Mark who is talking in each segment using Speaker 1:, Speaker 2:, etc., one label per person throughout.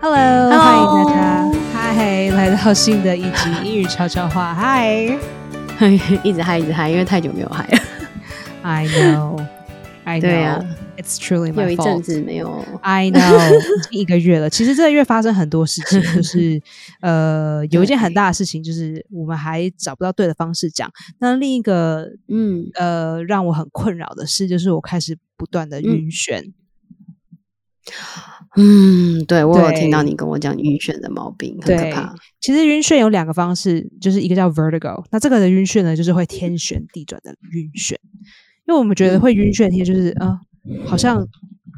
Speaker 1: Hello，
Speaker 2: Hello
Speaker 1: 欢迎大家，嗨，来到新的一集英语悄悄话嗨
Speaker 2: 一直嗨，一直嗨，因为太久没有嗨了，
Speaker 1: i know，I
Speaker 2: 对啊
Speaker 1: know，It's truly
Speaker 2: 有
Speaker 1: my
Speaker 2: 一阵
Speaker 1: fault。
Speaker 2: 子没有。
Speaker 1: I know，已经一个月了。 其实这个月发生很多事情，就是呃，有一件很大的事情，就是我们还找不到对的方式讲。那另一个
Speaker 2: 嗯，
Speaker 1: 呃，让我很困扰的事，就是我开始不断的晕眩。
Speaker 2: 嗯，对我有
Speaker 1: 对
Speaker 2: 听到你跟我讲晕眩的毛病，很可
Speaker 1: 对
Speaker 2: 怕。
Speaker 1: 其实晕眩有两个方式，就是一个叫 vertigo，那这个的晕眩呢，就是会天旋地转的晕眩，因为我们觉
Speaker 2: 嗯
Speaker 1: 得会晕眩，其实就是啊、呃好像，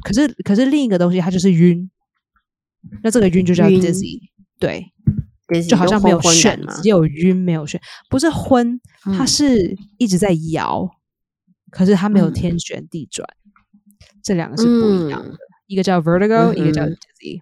Speaker 1: 可是可是另一个东西它就是晕，那这个晕就叫
Speaker 2: 晕
Speaker 1: dizzy，对，
Speaker 2: 就是
Speaker 1: 就好像没有
Speaker 2: 昏
Speaker 1: 眩
Speaker 2: 眩嘛，
Speaker 1: 只有晕没有眩，不是昏，它
Speaker 2: 嗯
Speaker 1: 是一直在摇，可是它没有
Speaker 2: 嗯
Speaker 1: 天旋地转，这两个是不一样的，
Speaker 2: 嗯
Speaker 1: 一个叫 vertigo，、一个叫
Speaker 2: 嗯
Speaker 1: dizzy，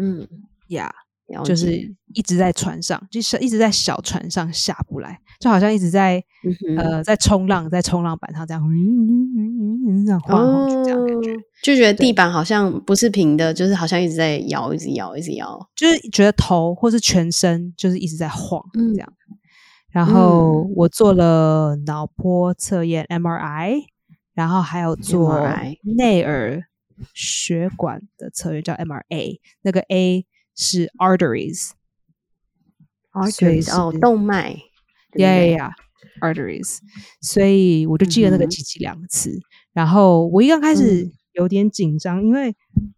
Speaker 2: 嗯，
Speaker 1: 呀、yeah.。
Speaker 2: 了解
Speaker 1: 就是一直在船上，就是一直在小船上下不来，就好像一直在、
Speaker 2: 嗯哼
Speaker 1: 呃在冲浪，在冲浪板上这样，嗯嗯嗯嗯这样晃来晃去这样感觉，
Speaker 2: 哦就觉得地板好像不是平的，就是好像一直在摇，一直摇，一直摇。
Speaker 1: 就是觉得头或是全身就是一直在晃、
Speaker 2: 嗯
Speaker 1: 这样。然后我做了脑波测验 MRI，然后还有做
Speaker 2: MRI
Speaker 1: 内耳血管的测验叫 MRA，那个 A 是 arteries，所以
Speaker 2: Arteries，哦
Speaker 1: 是，
Speaker 2: 动脉，对不
Speaker 1: 呀
Speaker 2: 对
Speaker 1: 呀呀，arteries，所以我就记了那个
Speaker 2: 嗯哼
Speaker 1: 几几两个词。然后我一刚开始
Speaker 2: 嗯
Speaker 1: 有点紧张，因为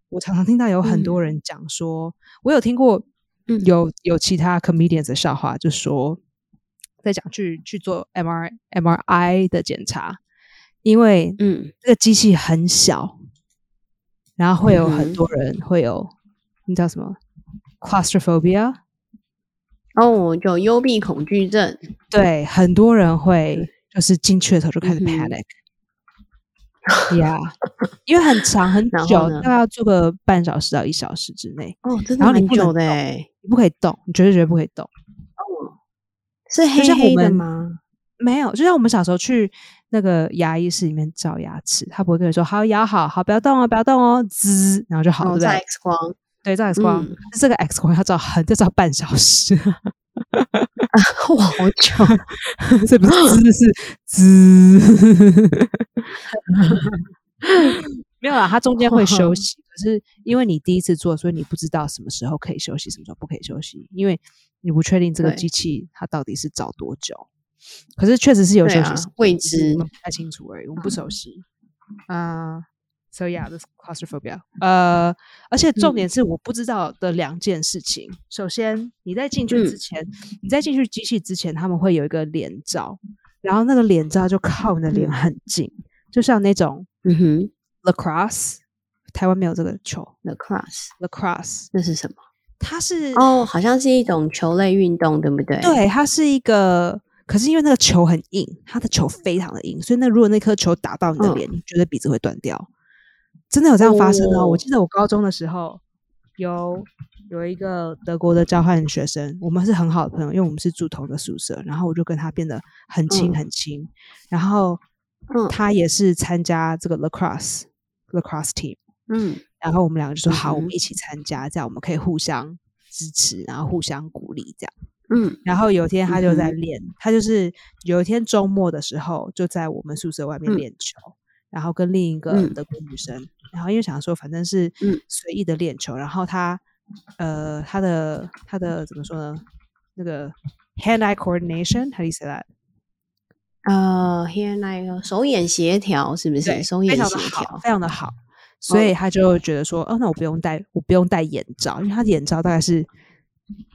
Speaker 1: 我常常听到有很多人讲说，我有听过
Speaker 2: 嗯
Speaker 1: 有有其他 comedians 的笑话，就说在讲去去做 MR MRI 的检查，因为
Speaker 2: 嗯，
Speaker 1: 这个机器很小，然后会有很
Speaker 2: 嗯哼
Speaker 1: 多人会有那叫什么 claustrophobia。
Speaker 2: 哦，有幽闭恐惧症，
Speaker 1: 对，很多人会就是进去的时候就开始
Speaker 2: 嗯哼
Speaker 1: panic。yeah，因 为很长很
Speaker 2: 然后
Speaker 1: 久，
Speaker 2: 呢
Speaker 1: 大概要做个半小时到一小时之内，
Speaker 2: 哦，真的
Speaker 1: 然后你
Speaker 2: 蛮
Speaker 1: 不能
Speaker 2: 久的
Speaker 1: 动
Speaker 2: 哎，
Speaker 1: 你不可以动，你绝对绝对不可以动。
Speaker 2: 是黑
Speaker 1: 像我
Speaker 2: 黑的
Speaker 1: 们
Speaker 2: 吗？
Speaker 1: 没有，就像我们小时候去那个牙医室里面照牙齿，他不会跟你说“好咬好，好不要动哦，不要动哦”，滋，然后就好，
Speaker 2: 哦，
Speaker 1: 对不对？
Speaker 2: 在 X 光，
Speaker 1: 对，照 X 光，
Speaker 2: 嗯
Speaker 1: 这个 X 光要照很，要照半小时，
Speaker 2: 哇，好久。
Speaker 1: 这不是滋是滋。没有啦，它中间会休息，可是因为你第一次做，所以你不知道什么时候可以休息，什么时候不可以休息，因为你不确定这个
Speaker 2: 对
Speaker 1: 机器它到底是照多久。可是确实是有
Speaker 2: 对
Speaker 1: 休
Speaker 2: 啊
Speaker 1: 息时间
Speaker 2: 未
Speaker 1: 只是
Speaker 2: 知
Speaker 1: 我们不太清楚而已，我们不熟悉。啊、s o yeah, this claustrophobia. 呃，而且重点是我不知道的两件事情。首先，你在进去之
Speaker 2: 嗯
Speaker 1: 前，你在进去机器之前，他们会有一个脸罩，然后那个脸罩就靠你的脸
Speaker 2: 嗯
Speaker 1: 很近，就像那种
Speaker 2: 嗯哼
Speaker 1: lacrosse，台湾没有这个球
Speaker 2: ，The Cross，
Speaker 1: lacrosse，
Speaker 2: 那是什么？
Speaker 1: 它是、
Speaker 2: 哦，好像是一种球类运动，对不对？
Speaker 1: 对，它是一个，可是因为那个球很硬，它的球非常的硬，所以那如果那颗球打到你的
Speaker 2: 嗯
Speaker 1: 脸，你觉得鼻子会断掉。真的有这样发生哦！我
Speaker 2: 哦
Speaker 1: 记得我高中的时候有有一个德国的交换学生，我们是很好的朋友，因为我们是住同一个宿舍，然后我就跟他变得很亲
Speaker 2: 嗯
Speaker 1: 很亲，然后
Speaker 2: 嗯
Speaker 1: 他也是参加这个 lacrosse lacrosse team。
Speaker 2: 嗯
Speaker 1: 然后我们两个就说好，我
Speaker 2: 嗯
Speaker 1: 们
Speaker 2: 哼
Speaker 1: 一起参加，这样我们可以互相支持，然后互相鼓励这样。
Speaker 2: 嗯
Speaker 1: 然后有一天他就在
Speaker 2: 嗯
Speaker 1: 练，他就是有一天周末的时候就在我们宿舍外面
Speaker 2: 嗯
Speaker 1: 练球，然后跟另一个
Speaker 2: 嗯
Speaker 1: 德国女生，然后因为想说反正是
Speaker 2: 嗯
Speaker 1: 随意的练球，然后他呃他的他的怎么说呢？那个 hand eye coordination，how do you say that？
Speaker 2: 呃，here 那个手眼协调是不是？手
Speaker 1: 非
Speaker 2: 眼
Speaker 1: 常
Speaker 2: 协
Speaker 1: 的好，
Speaker 2: 调，嗯
Speaker 1: 非常的好。所以他就觉得说，哦，那我不用戴，我不用戴眼罩，因为他的眼罩大概是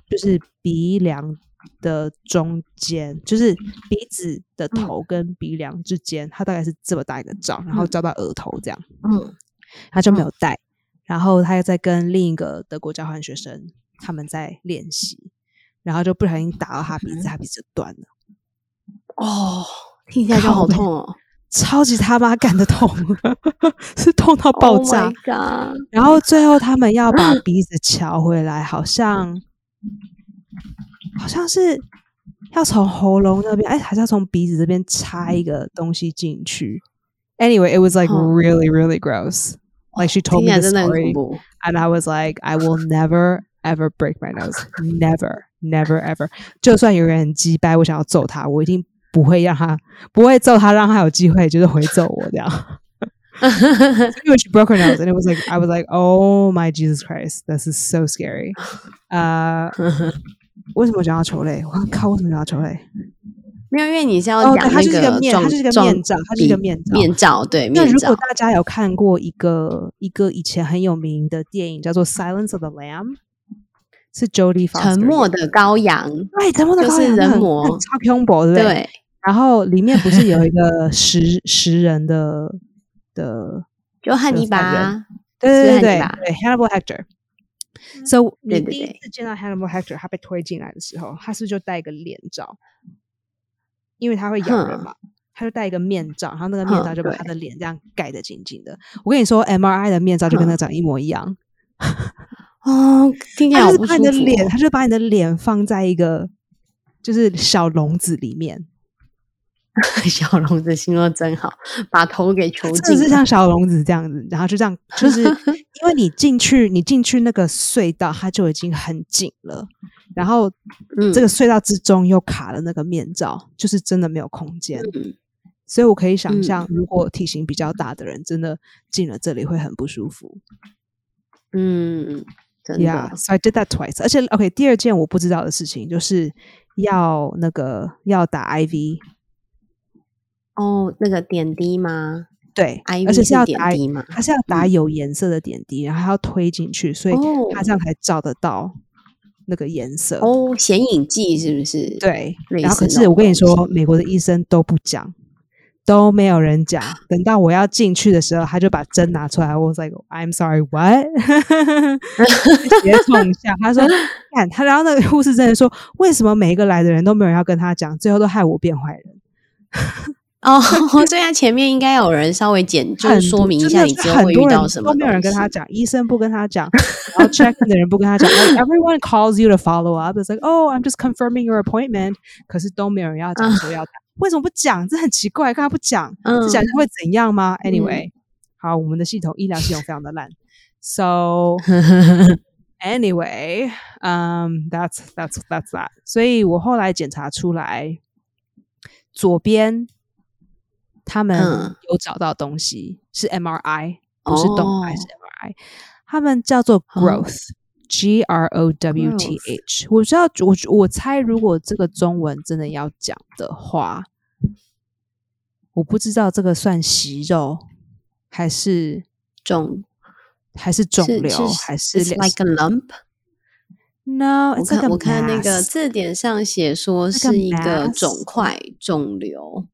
Speaker 1: 就是鼻梁的中间，就是鼻子的
Speaker 2: 嗯
Speaker 1: 头跟鼻梁之间，它大概是这么大一个罩，然后
Speaker 2: 嗯
Speaker 1: 罩到额头这样，
Speaker 2: 嗯
Speaker 1: 他就没有戴。然后他又在跟另一个德国交换学生他们在练习，然后就不小心打到他鼻子，
Speaker 2: 嗯
Speaker 1: 他鼻子就断了，
Speaker 2: 哦，听起来就
Speaker 1: 靠
Speaker 2: 好
Speaker 1: 背
Speaker 2: 痛哦，
Speaker 1: 超级他妈干的痛， 是痛到爆
Speaker 2: Oh
Speaker 1: 炸。
Speaker 2: my god！
Speaker 1: 然后最后他们要把鼻子敲回来，好像好像是要从喉咙那边，哎，还是要从鼻子这边插一个东西进去。Anyway, it was like
Speaker 2: 嗯
Speaker 1: really, really gross. Like she told
Speaker 2: 听起
Speaker 1: me
Speaker 2: 来
Speaker 1: the
Speaker 2: 真的很恐
Speaker 1: story,
Speaker 2: 怖。
Speaker 1: and I was like, I will never ever break my nose, never, never ever。就算有人很击败，我想要揍他，我一定不会让他，不会揍他，让他有机会就是回揍我这样。因为 she broke her nose, and it was like I was like, oh my Jesus Christ, this is so scary. 呃、为什么讲到球类？我靠，为什么讲到球类？
Speaker 2: 没有，因为你是要
Speaker 1: 哦，对，
Speaker 2: 讲
Speaker 1: 它
Speaker 2: 那
Speaker 1: 就是一个面，它
Speaker 2: 撞
Speaker 1: 就是一个
Speaker 2: 撞
Speaker 1: 面罩，它就是一个
Speaker 2: 壁
Speaker 1: 面罩。
Speaker 2: 面罩，对
Speaker 1: 那
Speaker 2: 面
Speaker 1: 如
Speaker 2: 罩
Speaker 1: 果。大家有看过一个一个以前很有名的电影叫做《Silence of the Lamb》，是 Jodie Foster
Speaker 2: 沉默
Speaker 1: 演
Speaker 2: 的羔羊，
Speaker 1: 的，对，沉默的
Speaker 2: 就
Speaker 1: 羔
Speaker 2: 是
Speaker 1: 羊
Speaker 2: 人
Speaker 1: 很
Speaker 2: 魔
Speaker 1: 很超恐怖，对不对？
Speaker 2: 对，
Speaker 1: 然后里面不是有一个 食食人的的，
Speaker 2: 就汉
Speaker 1: 的
Speaker 2: 尼
Speaker 1: 犯人
Speaker 2: 拔，
Speaker 1: 对对对
Speaker 2: 是
Speaker 1: 对
Speaker 2: 汉尼拔
Speaker 1: 对，Hannibal Hector。So 你
Speaker 2: 嗯对对
Speaker 1: 第一
Speaker 2: 对
Speaker 1: 次见到 Hannibal Hector，他被推进来的时候，他是不是就戴一个脸罩？因为他会咬人
Speaker 2: 哼
Speaker 1: 嘛，他就戴一个面罩，然后那个面
Speaker 2: 哼
Speaker 1: 罩就把
Speaker 2: 对
Speaker 1: 他的脸这样盖得紧紧的。我跟你说，MRI 的面罩就跟那个长一模一样，
Speaker 2: 哦，听起来
Speaker 1: 他
Speaker 2: 好
Speaker 1: 就是
Speaker 2: 不
Speaker 1: 把
Speaker 2: 舒
Speaker 1: 你的
Speaker 2: 服
Speaker 1: 脸，
Speaker 2: 哦。
Speaker 1: 他就把你的脸放在一个就是小笼子里面，
Speaker 2: 小龙子星座真好，把头啊给囚
Speaker 1: 真
Speaker 2: 禁
Speaker 1: 的是
Speaker 2: 了。
Speaker 1: 像小笼子这样子，然后就这样，就是 因为你进去，你进去那个隧道，它就已经很紧了，然后
Speaker 2: 嗯
Speaker 1: 这个隧道之中又卡了那个面罩，就是真的没有空间。
Speaker 2: 嗯
Speaker 1: 所以我可以想
Speaker 2: 嗯
Speaker 1: 象，如果体型比较大的人真的进了这里会很不舒服。
Speaker 2: 嗯，真的
Speaker 1: Yeah, so I did that twice. 而且，OK，第二件我不知道的事情就是要那个要打 IV，
Speaker 2: 哦，那个点滴吗
Speaker 1: 对
Speaker 2: ？IV
Speaker 1: 而且是要
Speaker 2: 点
Speaker 1: 打
Speaker 2: 滴吗？
Speaker 1: 它是要打有颜色的点滴，然后它要推进去，所以
Speaker 2: 哦
Speaker 1: 它这样才照得到那个颜色。
Speaker 2: 哦，显影剂是不是？，
Speaker 1: 对，
Speaker 2: 类
Speaker 1: 然后可
Speaker 2: 似那
Speaker 1: 是我
Speaker 2: 种
Speaker 1: 跟你
Speaker 2: 东西
Speaker 1: 说，美国的医生都不讲，都没有人讲。
Speaker 2: 啊
Speaker 1: 等到我要进去的时候，他就把针拿出来，我 was like I'm sorry what，直接冲一下。 他说，看他，然后那个护士真的说，为什么每一个来的人都没有人要跟他讲，最后都害我变坏人。
Speaker 2: 哦， 所以它前面应该有人稍微简，就
Speaker 1: 很
Speaker 2: 是说
Speaker 1: 多
Speaker 2: 明
Speaker 1: 真
Speaker 2: 一下
Speaker 1: 的
Speaker 2: 你
Speaker 1: 是
Speaker 2: 之后
Speaker 1: 很
Speaker 2: 会
Speaker 1: 多
Speaker 2: 遇
Speaker 1: 人
Speaker 2: 到什么
Speaker 1: 都没有人
Speaker 2: 东
Speaker 1: 跟
Speaker 2: 西
Speaker 1: 他讲，医生不跟他 讲，然后 check in 的人不跟他讲。like, everyone calls you to follow up. It's like, oh, I'm just confirming your appointment. 可是都没有人要讲说要打，为什么不讲？这很奇怪，干嘛不讲？不
Speaker 2: 啊嗯
Speaker 1: 讲会怎样吗？Anyway，好，我们的系统医疗系统非常的烂。So anyway，嗯、that's that's that's that。所以我后来检查出来，左边他们
Speaker 2: 嗯
Speaker 1: 有找到东西、是 MRI，不是动脉、
Speaker 2: 哦嗯
Speaker 1: 是 MRI，他们叫做 growth、G R O W T H，我知道，我我猜，如果这个中文真的要讲的话，我不知道这个算息肉还是
Speaker 2: 肿
Speaker 1: 还是肿
Speaker 2: 是
Speaker 1: 瘤
Speaker 2: 是
Speaker 1: 还是
Speaker 2: It's like a lump。
Speaker 1: No，
Speaker 2: 我
Speaker 1: it's like
Speaker 2: 看
Speaker 1: a
Speaker 2: 我看那个
Speaker 1: mass.
Speaker 2: 字典上写说
Speaker 1: 是个
Speaker 2: 是一个
Speaker 1: mass
Speaker 2: 肿块、肿瘤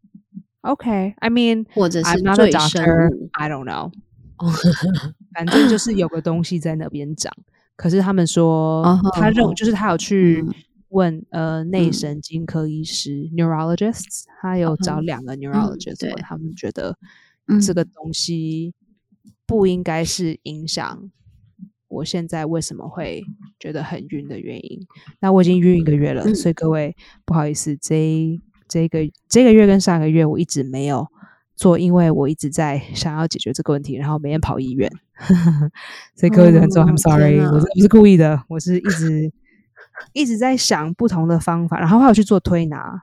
Speaker 1: Okay, I mean,
Speaker 2: 或者是
Speaker 1: I'm not a
Speaker 2: 赘生
Speaker 1: doctor.
Speaker 2: 物。
Speaker 1: I don't know.
Speaker 2: 哦
Speaker 1: 反正就是有个东西在那边长，可是他们说
Speaker 2: 哦
Speaker 1: 他认
Speaker 2: 哦
Speaker 1: 就是他有去
Speaker 2: 嗯
Speaker 1: 问呃内
Speaker 2: 嗯
Speaker 1: 神经科医师 neurologists，他有找两个 neurologist，问
Speaker 2: 哦嗯对
Speaker 1: 他们觉得这
Speaker 2: 嗯
Speaker 1: 个东西不应该是影响我现在为什么会觉得很晕的原因。那我已经晕一个月了，
Speaker 2: 嗯
Speaker 1: 所以各位不好意思，这一这个这个月跟上个月我一直没有做，因为我一直在想要解决这个问题，然后每天跑医院， 所以各位都很重、
Speaker 2: 哦
Speaker 1: I'm
Speaker 2: 天
Speaker 1: sorry，我
Speaker 2: 哪
Speaker 1: 真的不是故意的，我是一直一直在想不同的方法，然后还有去做推拿，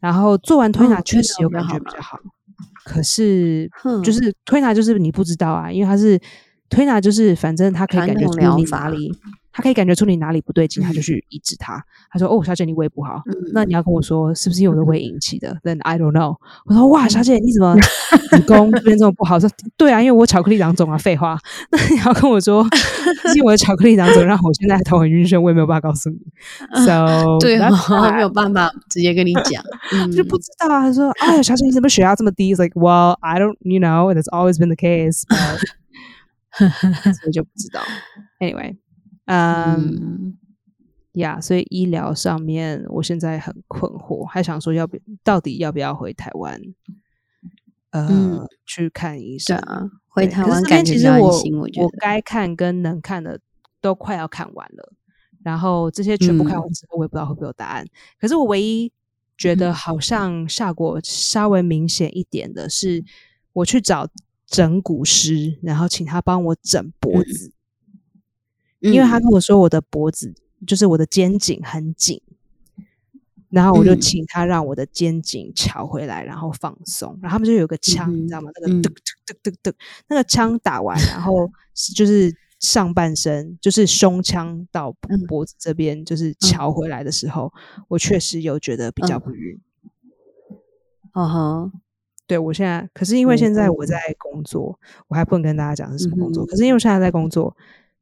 Speaker 1: 然后做完推拿
Speaker 2: 哦
Speaker 1: 确
Speaker 2: 推
Speaker 1: 实
Speaker 2: 拿
Speaker 1: 有
Speaker 2: 比较
Speaker 1: 感觉
Speaker 2: 好
Speaker 1: 比
Speaker 2: 吗
Speaker 1: 较好，可是
Speaker 2: 哼
Speaker 1: 就是推拿就是你不知道啊，因为它是推拿就是反正它可以
Speaker 2: 传
Speaker 1: 感觉
Speaker 2: 统
Speaker 1: 出
Speaker 2: 疗
Speaker 1: 你哪
Speaker 2: 法
Speaker 1: 里，它可以感觉出你哪里不对劲，他就
Speaker 2: 嗯
Speaker 1: 去医治它。他说：“哦，小姐，你胃不好。”那
Speaker 2: 嗯
Speaker 1: 你要跟我说是不是因为我的胃引起的？Then I don't know。我说：“哇，小
Speaker 2: 嗯
Speaker 1: 姐，你怎么子宫这边这么不好？”说：“对啊，因为我巧克力囊肿啊。”废话，那你要跟我说是因为我的巧克力囊肿让我现在头很晕眩，我也没有办法告 诉你。So
Speaker 2: 对 哦
Speaker 1: that's，
Speaker 2: 我
Speaker 1: that
Speaker 2: 没有办法直接跟你 讲，嗯
Speaker 1: 就不知道啊。他说：“哎呀，小姐，你怎么血压这么低？”It's like, well, I don't, you know, that's always been the case. But 所以就不知道。Anyway，嗯、
Speaker 2: 嗯
Speaker 1: 呀，所以医疗上面我现在很困惑，还想说要不到底要不要回台湾，呃，
Speaker 2: 嗯
Speaker 1: 去看医生
Speaker 2: 对。啊，回
Speaker 1: 对
Speaker 2: 台
Speaker 1: 可是
Speaker 2: 湾
Speaker 1: 这边
Speaker 2: 感
Speaker 1: 其
Speaker 2: 觉比
Speaker 1: 实
Speaker 2: 较安
Speaker 1: 我
Speaker 2: 心，我觉得。
Speaker 1: 该看跟能看的都快要看完了，然后这些全部
Speaker 2: 嗯
Speaker 1: 看完之后，我也不知道会不会有答案。可是我唯一
Speaker 2: 嗯
Speaker 1: 觉得好像效果稍微明显一点的是，我去找整骨师，然后请他帮我整脖
Speaker 2: 嗯
Speaker 1: 子，
Speaker 2: 因
Speaker 1: 因
Speaker 2: 嗯
Speaker 1: 为他跟我说我的脖子就是我的肩颈很紧，然后我就
Speaker 2: 嗯
Speaker 1: 请他让我的肩颈翘回来，然后放松。然后他们就有个枪，你知道吗？那个
Speaker 2: 嗯
Speaker 1: 噔噔噔噔噔，那个枪打完，然后就是上半身，就是胸腔到
Speaker 2: 嗯
Speaker 1: 脖子这边，就是翘回来的时候，我确实有觉得比较
Speaker 2: 嗯
Speaker 1: 不晕。
Speaker 2: 哦吼，
Speaker 1: 对我现在，可是因为
Speaker 2: 嗯
Speaker 1: 现在
Speaker 2: 嗯
Speaker 1: 我
Speaker 2: 嗯
Speaker 1: 在工作，我还不能跟大家讲是什么工作。
Speaker 2: 嗯哼嗯
Speaker 1: 可是因为我现在在工作，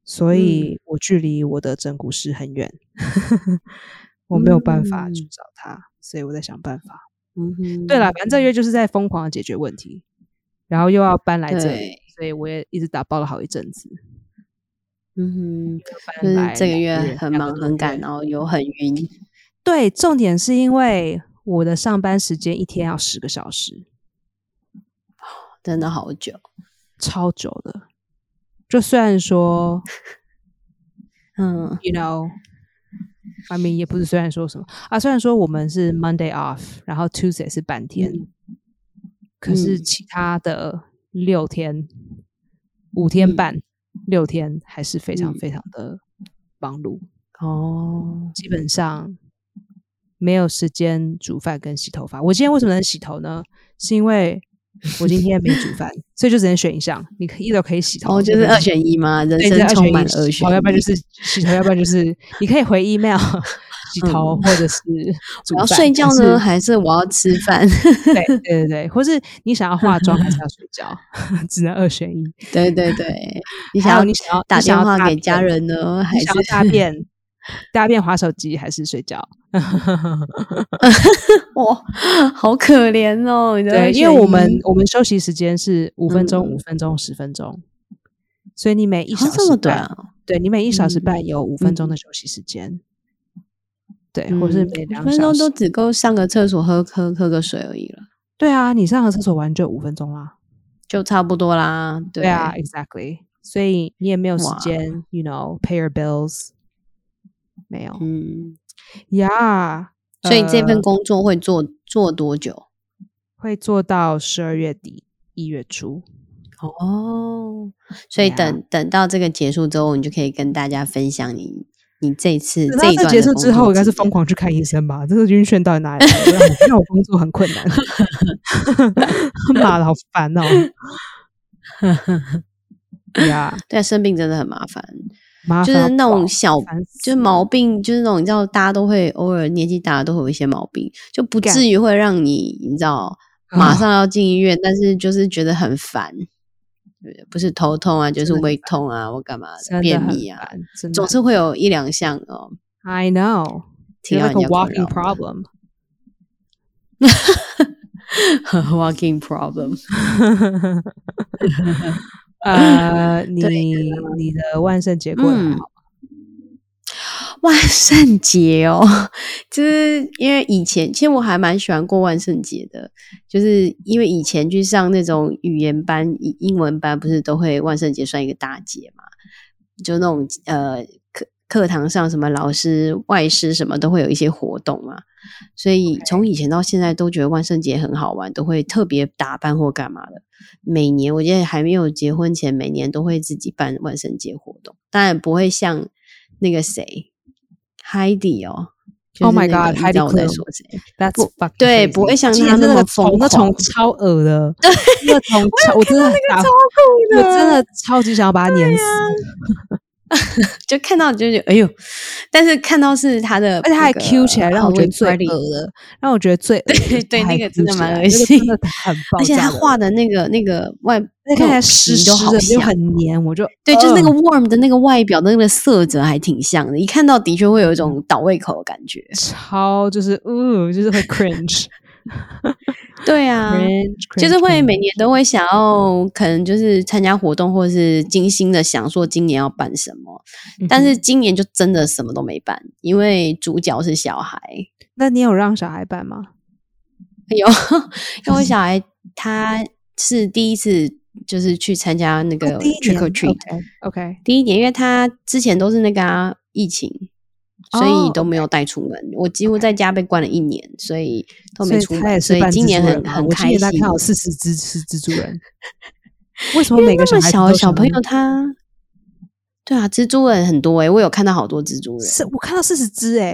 Speaker 1: 所以我距离我的整骨师很远， 我没有办法去
Speaker 2: 嗯
Speaker 1: 找他，所以我在想办法。
Speaker 2: 嗯哼，
Speaker 1: 对啦，反正这个月就是在疯狂的解决问题，然后又要搬来这里
Speaker 2: 对，
Speaker 1: 所以我也一直打包了好一阵子。
Speaker 2: 嗯哼，就
Speaker 1: 搬
Speaker 2: 是
Speaker 1: 来
Speaker 2: 这个
Speaker 1: 两
Speaker 2: 月
Speaker 1: 月
Speaker 2: 很
Speaker 1: 两个
Speaker 2: 忙
Speaker 1: 多
Speaker 2: 很赶，
Speaker 1: 月
Speaker 2: 然后有很晕，
Speaker 1: 嗯对，重点是因为我的上班时间一天要十个小时，
Speaker 2: 真的好久。
Speaker 1: 超久的。就虽然说
Speaker 2: 嗯
Speaker 1: you know。I mean，也不是虽然说什么啊，虽然说我们是 Monday off，然后 Tuesday 是半天，可是
Speaker 2: 嗯
Speaker 1: 其他的六天、五天
Speaker 2: 嗯
Speaker 1: 半、六天还是非常
Speaker 2: 嗯
Speaker 1: 非常的忙碌，
Speaker 2: 哦，
Speaker 1: 基本上没有时间煮饭跟洗头发。我今天为什么能洗头呢？是因为我今天没煮 饭，所以就只能选一项，你可以一头可以洗头，
Speaker 2: 哦，
Speaker 1: 一
Speaker 2: 就
Speaker 1: 头
Speaker 2: 是
Speaker 1: 可以
Speaker 2: 二
Speaker 1: 洗
Speaker 2: 选一嘛，人
Speaker 1: 对，
Speaker 2: 生充满
Speaker 1: 二选
Speaker 2: 二选
Speaker 1: 一，要不然
Speaker 2: 一
Speaker 1: 就是洗头，要不然就是你可以回 email 洗头，或者是煮
Speaker 2: 嗯我要
Speaker 1: 饭
Speaker 2: 睡觉
Speaker 1: 还
Speaker 2: 呢，
Speaker 1: 是
Speaker 2: 还是我要吃饭？
Speaker 1: 对对对对，或是你想要化妆还是要睡觉， 只能二选一。
Speaker 2: 对对对，你
Speaker 1: 还有
Speaker 2: 想
Speaker 1: 你想
Speaker 2: 要
Speaker 1: 要
Speaker 2: 打电话给
Speaker 1: 家
Speaker 2: 家，人呢，还
Speaker 1: 你
Speaker 2: 是
Speaker 1: 想要大便，大便划手机还是睡觉？
Speaker 2: 哇， 好可怜哦！你的
Speaker 1: 对，
Speaker 2: 二
Speaker 1: 因为
Speaker 2: 选
Speaker 1: 我们
Speaker 2: 一
Speaker 1: 我们休息时间是五分钟、
Speaker 2: 嗯
Speaker 1: 五分钟、十分钟，所以你每一
Speaker 2: 好
Speaker 1: 小
Speaker 2: 像这
Speaker 1: 时
Speaker 2: 么短
Speaker 1: 半，
Speaker 2: 啊，
Speaker 1: 对你每一小时
Speaker 2: 嗯
Speaker 1: 半有五分钟
Speaker 2: 嗯
Speaker 1: 的休息时间。对，或是
Speaker 2: 嗯
Speaker 1: 每
Speaker 2: 五
Speaker 1: 两
Speaker 2: 分
Speaker 1: 小
Speaker 2: 钟
Speaker 1: 时
Speaker 2: 都只够上个厕所喝喝喝个水而已了，
Speaker 1: 对啊，你上个厕所完就五分钟啦。
Speaker 2: 就差不多啦。对
Speaker 1: 啊，，exactly。所以你也没有时
Speaker 2: 哇
Speaker 1: 间，you know，pay your bills，没有
Speaker 2: 嗯，
Speaker 1: 呀。Yeah，
Speaker 2: 所以这份
Speaker 1: 呃
Speaker 2: 工作会做做多久？
Speaker 1: 会做到十二月底一月初。
Speaker 2: 哦，所以
Speaker 1: 对啊
Speaker 2: 等等到这个结束之后，你就可以跟大家分享你你这次
Speaker 1: 等
Speaker 2: 这
Speaker 1: 到
Speaker 2: 一
Speaker 1: 这
Speaker 2: 段
Speaker 1: 结
Speaker 2: 的
Speaker 1: 束
Speaker 2: 工
Speaker 1: 之后，
Speaker 2: 作
Speaker 1: 我应该
Speaker 2: 经
Speaker 1: 是疯
Speaker 2: 验。
Speaker 1: 狂去看医生吧？这个晕眩到底哪里来的？让 我让我工作很困难。妈的，好烦哦！ 呀，
Speaker 2: 对啊，生病真的很麻烦，
Speaker 1: 麻
Speaker 2: 就
Speaker 1: 烦
Speaker 2: 是那
Speaker 1: 爆
Speaker 2: 种小
Speaker 1: 烦死
Speaker 2: 就是毛病，就是那种你知道，大家都会偶尔年纪大了都会有一些毛病，就不
Speaker 1: 干
Speaker 2: 至于会让你你知道
Speaker 1: 啊
Speaker 2: 马上要进医院，但是就是觉得很烦，对不对不是头痛啊，就
Speaker 1: 真
Speaker 2: 是
Speaker 1: 的很
Speaker 2: 胃痛啊，我干嘛的
Speaker 1: 真的
Speaker 2: 便
Speaker 1: 很
Speaker 2: 秘啊，
Speaker 1: 烦，真的
Speaker 2: 总
Speaker 1: 很
Speaker 2: 是会有一两项哦，
Speaker 1: I know.
Speaker 2: 挺
Speaker 1: You're
Speaker 2: 让
Speaker 1: like
Speaker 2: 人
Speaker 1: a
Speaker 2: 家
Speaker 1: walking
Speaker 2: 困扰
Speaker 1: problem.
Speaker 2: 的 walking problem。
Speaker 1: 呃，你
Speaker 2: 对
Speaker 1: 你的万圣节过得还
Speaker 2: 嗯
Speaker 1: 好
Speaker 2: 万圣节哦，就是因为以前其实我还蛮喜欢过万圣节的，就是因为以前去上那种语言班、英英文班，不是都会万圣节算一个大节嘛？就那种呃课课堂上什么老师、外师什么都会有一些活动嘛，所以
Speaker 1: OK
Speaker 2: 从以前到现在都觉得万圣节很好玩，都会特别打扮或干嘛的。每年我记得还没有结婚前，每年都会自己办万圣节活动，当然不会像那个谁 Heidi 哦。就
Speaker 1: Oh
Speaker 2: 是
Speaker 1: my
Speaker 2: 那
Speaker 1: God，
Speaker 2: 个你知道
Speaker 1: Heidi
Speaker 2: 我在
Speaker 1: Klum
Speaker 2: 说谁？
Speaker 1: ，That's
Speaker 2: 不
Speaker 1: fucking
Speaker 2: 对
Speaker 1: crazy
Speaker 2: 不会像
Speaker 1: 之
Speaker 2: 他
Speaker 1: 前
Speaker 2: 那
Speaker 1: 真
Speaker 2: 么
Speaker 1: 的虫
Speaker 2: 疯
Speaker 1: 那虫
Speaker 2: 狂
Speaker 1: 超恶 的，那虫超我真的打，
Speaker 2: 酷
Speaker 1: 我真的超级想要把它碾死，
Speaker 2: 就看到就觉得哎呦，但是看到是他的
Speaker 1: 而
Speaker 2: 那个 Halloween party，
Speaker 1: 且它还 Q 起来，让我觉得最恶的，让我觉得最恶的
Speaker 2: 对
Speaker 1: 是
Speaker 2: 对
Speaker 1: 它
Speaker 2: 那
Speaker 1: 还
Speaker 2: 个
Speaker 1: Q
Speaker 2: 真的
Speaker 1: 起
Speaker 2: 蛮
Speaker 1: 来
Speaker 2: 恶
Speaker 1: 那个
Speaker 2: 心
Speaker 1: 真的很爆
Speaker 2: 而且
Speaker 1: 炸
Speaker 2: 他
Speaker 1: 的
Speaker 2: 画的那个那个外，
Speaker 1: 那看起来
Speaker 2: 种
Speaker 1: 湿
Speaker 2: 皮都
Speaker 1: 湿
Speaker 2: 好
Speaker 1: 的又
Speaker 2: 像
Speaker 1: 很黏，我就
Speaker 2: 对，就是那个
Speaker 1: 呃
Speaker 2: warm 的那个外表的那个色泽还挺像的，一看到的确会有一种倒胃口的感觉。
Speaker 1: 超就是嗯，就是会 cringe，
Speaker 2: 对啊。
Speaker 1: cringe，
Speaker 2: 就是
Speaker 1: cringe，
Speaker 2: 会
Speaker 1: cringe
Speaker 2: 每年都会想要，可能就是参加活动，或者是精心的想说今年要办什么，
Speaker 1: 嗯
Speaker 2: 但
Speaker 1: 哼
Speaker 2: 是今年就真的什么都没办，因为主角是小孩。
Speaker 1: 那你有让小孩办吗？
Speaker 2: 有， 因为我小孩他是第一次就是去参加那
Speaker 1: 哦
Speaker 2: 个 trick or treat，、
Speaker 1: OK，
Speaker 2: 第一年，因为他之前都是那个、啊、疫情，所
Speaker 1: 哦
Speaker 2: 以都没有带出门。我几乎
Speaker 1: OK
Speaker 2: 在家被关了一年，所以都
Speaker 1: 所
Speaker 2: 没
Speaker 1: 以
Speaker 2: 出
Speaker 1: 他也
Speaker 2: 门。
Speaker 1: 是
Speaker 2: 所以
Speaker 1: 扮
Speaker 2: 今
Speaker 1: 蜘
Speaker 2: 年
Speaker 1: 蛛
Speaker 2: 很
Speaker 1: 人嘛
Speaker 2: 很
Speaker 1: 我今
Speaker 2: 开
Speaker 1: 年大概
Speaker 2: 心
Speaker 1: 看。到四十只是蜘蛛人，为什么
Speaker 2: 因为
Speaker 1: 每个
Speaker 2: 那
Speaker 1: 小
Speaker 2: 么
Speaker 1: 孩子
Speaker 2: 小
Speaker 1: 都
Speaker 2: 的小
Speaker 1: 想
Speaker 2: 朋
Speaker 1: 要
Speaker 2: 友他，对啊，蜘蛛人很多诶、我有看到好多蜘蛛人，
Speaker 1: 是我看到四十只哎，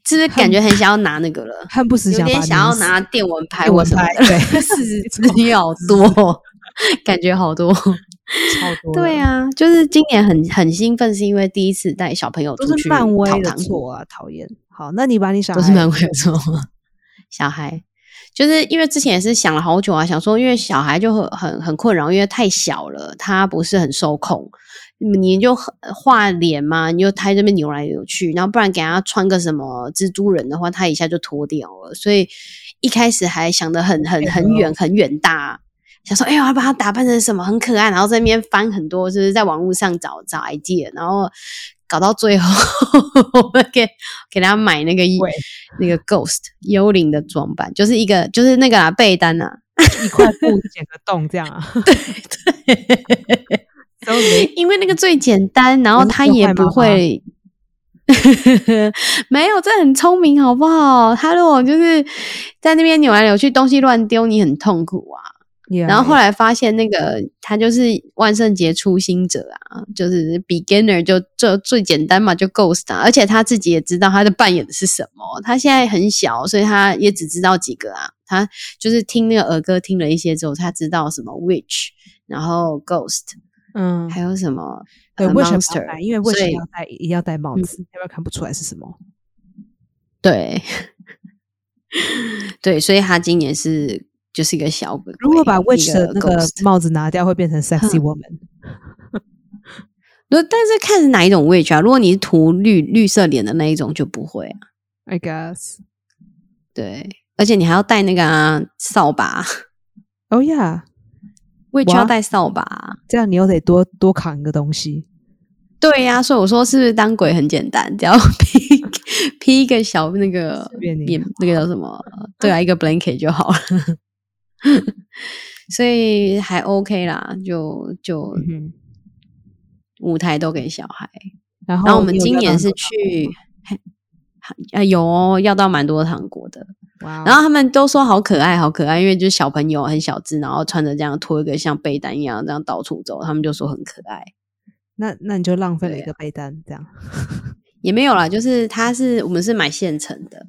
Speaker 2: 是不是感觉很想要拿那个了？
Speaker 1: 恨不时
Speaker 2: 有
Speaker 1: 想
Speaker 2: 点
Speaker 1: 把
Speaker 2: 想要
Speaker 1: 捏死
Speaker 2: 拿电蚊拍
Speaker 1: 电
Speaker 2: 或
Speaker 1: 蚊
Speaker 2: 什么
Speaker 1: 拍
Speaker 2: 的，
Speaker 1: 对
Speaker 2: 四十只好多， 感觉好多。
Speaker 1: 超多
Speaker 2: 对
Speaker 1: 人，
Speaker 2: 啊，就是今年很很兴奋，是因为第一次带小朋友
Speaker 1: 都
Speaker 2: 出去
Speaker 1: 是漫威
Speaker 2: 跑
Speaker 1: 的
Speaker 2: 堂，
Speaker 1: 错啊，讨厌。好，那你把你小
Speaker 2: 都
Speaker 1: 孩
Speaker 2: 是漫威的错吗？ 小孩就是因为之前也是想了好久啊，想说因为小孩就很很很困扰，因为太小了，他不是很受控。嗯你就很画脸嘛，你就他这边扭来扭去，然后不然给他穿个什么蜘蛛人的话，他一下就脱掉了。所以一开始还想得很很很远很远大，想说，哎呦，我要把它打扮成什么很可爱，然后在那边翻很多，就是在网络上找找 idea，然后搞到最后， 我们给给他买那个衣
Speaker 1: 贵
Speaker 2: 那个 ghost 幽灵的装扮，就是一个就是那个啊被单啊，
Speaker 1: 一块布剪个洞这样啊，对对，
Speaker 2: 因为那个最简单，然后
Speaker 1: 能
Speaker 2: 他
Speaker 1: 宠
Speaker 2: 也
Speaker 1: 坏
Speaker 2: 不
Speaker 1: 妈妈
Speaker 2: 会。 没有，这很聪明，好不好？他如果就是在那边扭来扭去，东西乱丢，你很痛苦啊。然后后
Speaker 1: 来
Speaker 2: 来发现那个他就是万圣节初心者啊，就是 beginner 就就最简单嘛，就 ghost 啊，而且他自己也知道他的扮演的是什么。他现在很小，所以他也只知道几个啊。他就是听那个儿歌听了一些之后，他知道什么 witch，然后 ghost，
Speaker 1: 嗯，
Speaker 2: 还有什么
Speaker 1: 对，
Speaker 2: 呃
Speaker 1: 为什么要
Speaker 2: monster，
Speaker 1: 戴？因为为什么
Speaker 2: 所以
Speaker 1: 要戴？一定要戴帽子，要不然看不出来是什么。
Speaker 2: 对 对，所以他今年是就是一个小鬼鬼，
Speaker 1: 如果把
Speaker 2: 一
Speaker 1: witch 的那个
Speaker 2: ghost
Speaker 1: 帽子拿掉，会变成 sexy woman。
Speaker 2: 那但是看是哪一种 witch 啊？如果你是涂绿绿色脸的那一种就不会啊。
Speaker 1: I guess.
Speaker 2: 对，而且你还要带那个啊扫、把
Speaker 1: Oh yeah，
Speaker 2: ，witch 要
Speaker 1: 哇
Speaker 2: 带扫把啊。
Speaker 1: 这样你又得多多扛一个东西。
Speaker 2: 对呀、所以我说是不是当鬼很简单，只要 披披一个小那个
Speaker 1: 随便你
Speaker 2: 棉那个叫什么？对啊，一个 blanket 就好了。 所以还 OK 啦，就就
Speaker 1: 嗯哼，
Speaker 2: 舞台都给小孩。
Speaker 1: 然后
Speaker 2: 然后我们
Speaker 1: 你有
Speaker 2: 今
Speaker 1: 料
Speaker 2: 年
Speaker 1: 到
Speaker 2: 是
Speaker 1: 很
Speaker 2: 去，还还啊有哦要到蛮多糖果的。
Speaker 1: 多哇哦，
Speaker 2: 然后他们都说好可爱，好可爱，因为就是小朋友很小只，然后穿着这样拖一个像被单一样这样到处走，他们就说很可爱。
Speaker 1: 那那你就浪费了
Speaker 2: 对
Speaker 1: 一个被单，这样
Speaker 2: 也没有啦，就是他是我们是买现成的，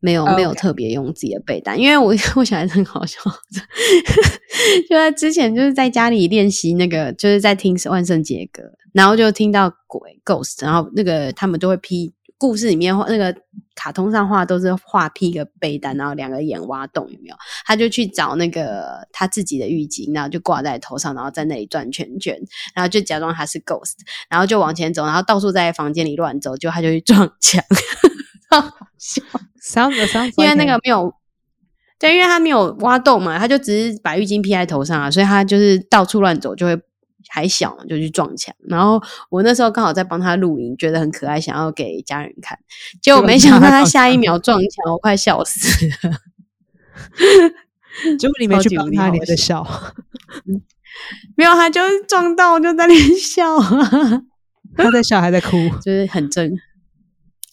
Speaker 2: 没有、
Speaker 1: OK
Speaker 2: 没有特别用自己的被单，因为我 我小孩子很好笑， 就在之前就是在家里练习那个，就是在听万圣节歌，然后就听到鬼 ghost，然后那个他们都会披故事里面画那个卡通上画都是画披一个被单，然后两个眼挖洞，有没有？他就去找那个他自己的浴巾，然后就挂在头上，然后在那里转圈圈，然后就假装他是 ghost，然后就往前走，然后到处在房间里乱走，就他就去撞墙， 超好笑。
Speaker 1: sounds sounds
Speaker 2: 因为
Speaker 1: like
Speaker 2: 那
Speaker 1: a-
Speaker 2: 个没有，对，因为他没有挖洞嘛，他就只是把浴巾披在头上啊，所以他就是到处乱走，就会还小嘛就去撞墙。然后我那时候刚好在帮他录影，觉得很可爱，想要给家人看，结果
Speaker 1: 结果
Speaker 2: 没
Speaker 1: 你
Speaker 2: 想到
Speaker 1: 把他
Speaker 2: 他
Speaker 1: 撞
Speaker 2: 下一
Speaker 1: 墙
Speaker 2: 秒撞墙，我快笑死了。
Speaker 1: 结果你没
Speaker 2: 超
Speaker 1: 去
Speaker 2: 级无
Speaker 1: 帮
Speaker 2: 敌
Speaker 1: 他，
Speaker 2: 好
Speaker 1: 你还在笑。
Speaker 2: 没有，他就是撞到，我就在那边笑、啊。
Speaker 1: 他在笑还在 哭，
Speaker 2: 就是很真。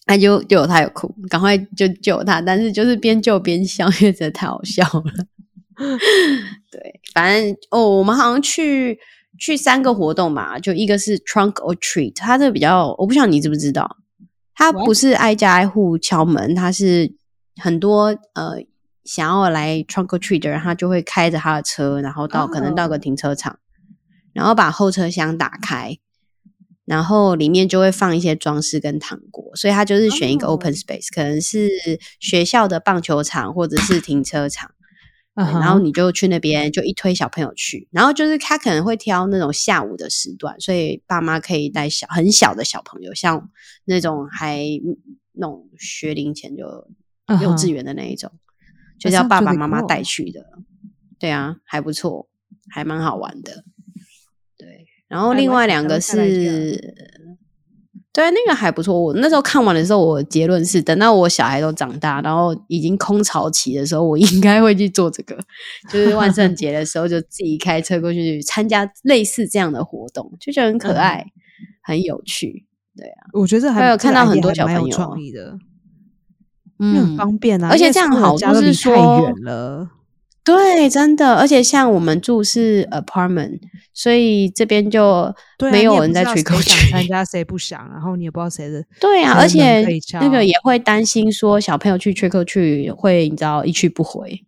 Speaker 2: 他就就有他有哭，赶快就救他，但是就是边救边笑，因为真的太好笑了。 对，反正哦，我们好像去去三个活动嘛，就一个是 trunk or treat，它这个比较，我不晓得你知不知道，它
Speaker 1: What？
Speaker 2: 不是挨家挨户敲门，它是很多呃想要来 trunk or treat 的人，他就会开着他的车，然后到、可能到个停车场，然后把后车厢打开，然后里面就会放一些装饰跟糖果，所以它就是选一个
Speaker 1: 哦
Speaker 2: open space，、可能是学校的棒球场或者是停车场。
Speaker 1: 嗯
Speaker 2: 对然后
Speaker 1: 哼
Speaker 2: 你就去那边，就一推小朋友去，然后就是他可能会挑那种下午的时段，所以爸妈可以带小很小的小朋友，像那种还嗯那种学龄前就
Speaker 1: 嗯
Speaker 2: 幼稚
Speaker 1: 哼
Speaker 2: 园的那一种，就
Speaker 1: 那
Speaker 2: 是
Speaker 1: 这
Speaker 2: 要
Speaker 1: 样
Speaker 2: 爸
Speaker 1: 就
Speaker 2: 爸
Speaker 1: 得
Speaker 2: 妈妈
Speaker 1: 过
Speaker 2: 带去的。对啊，还不错，还蛮好玩的。对，然后
Speaker 1: 哎
Speaker 2: 另
Speaker 1: 我也想
Speaker 2: 外两
Speaker 1: 赶
Speaker 2: 个
Speaker 1: 快下来一下
Speaker 2: 是。对，那个还不错。我那时候看完的时候，我结论是，等到我小孩都长大，然后已经空巢期的时候，我应该会去做这个。 就是万圣节的时候，就自己开车过去参加类似这样的活动，就觉得很可
Speaker 1: 嗯哼
Speaker 2: 爱，很有趣。
Speaker 1: 我觉得这还
Speaker 2: 我有
Speaker 1: 这
Speaker 2: 看
Speaker 1: 个
Speaker 2: 到很
Speaker 1: idea
Speaker 2: 多
Speaker 1: 还
Speaker 2: 小
Speaker 1: 蛮有
Speaker 2: 朋友啊
Speaker 1: 创意的，因为
Speaker 2: 嗯
Speaker 1: 很，方便啊，
Speaker 2: 而且
Speaker 1: 因为
Speaker 2: 这样
Speaker 1: 所有
Speaker 2: 好
Speaker 1: 家
Speaker 2: 处
Speaker 1: 都
Speaker 2: 是
Speaker 1: 离太
Speaker 2: 说
Speaker 1: 远了，
Speaker 2: 对，真的，而且像我们住是 apartment，所以这边就
Speaker 1: 对啊，
Speaker 2: 没
Speaker 1: 你
Speaker 2: 有
Speaker 1: 也
Speaker 2: 人
Speaker 1: 不
Speaker 2: 在
Speaker 1: 知道
Speaker 2: 吹
Speaker 1: 谁
Speaker 2: 口
Speaker 1: 想参
Speaker 2: 去。
Speaker 1: 加谁不想，然后你也不知道谁的，
Speaker 2: 对
Speaker 1: 谁
Speaker 2: 啊，
Speaker 1: 的
Speaker 2: 而
Speaker 1: 门
Speaker 2: 且
Speaker 1: 可以
Speaker 2: 那
Speaker 1: 敲
Speaker 2: 个也会担心说小朋友去吹口去会你知道一去不回，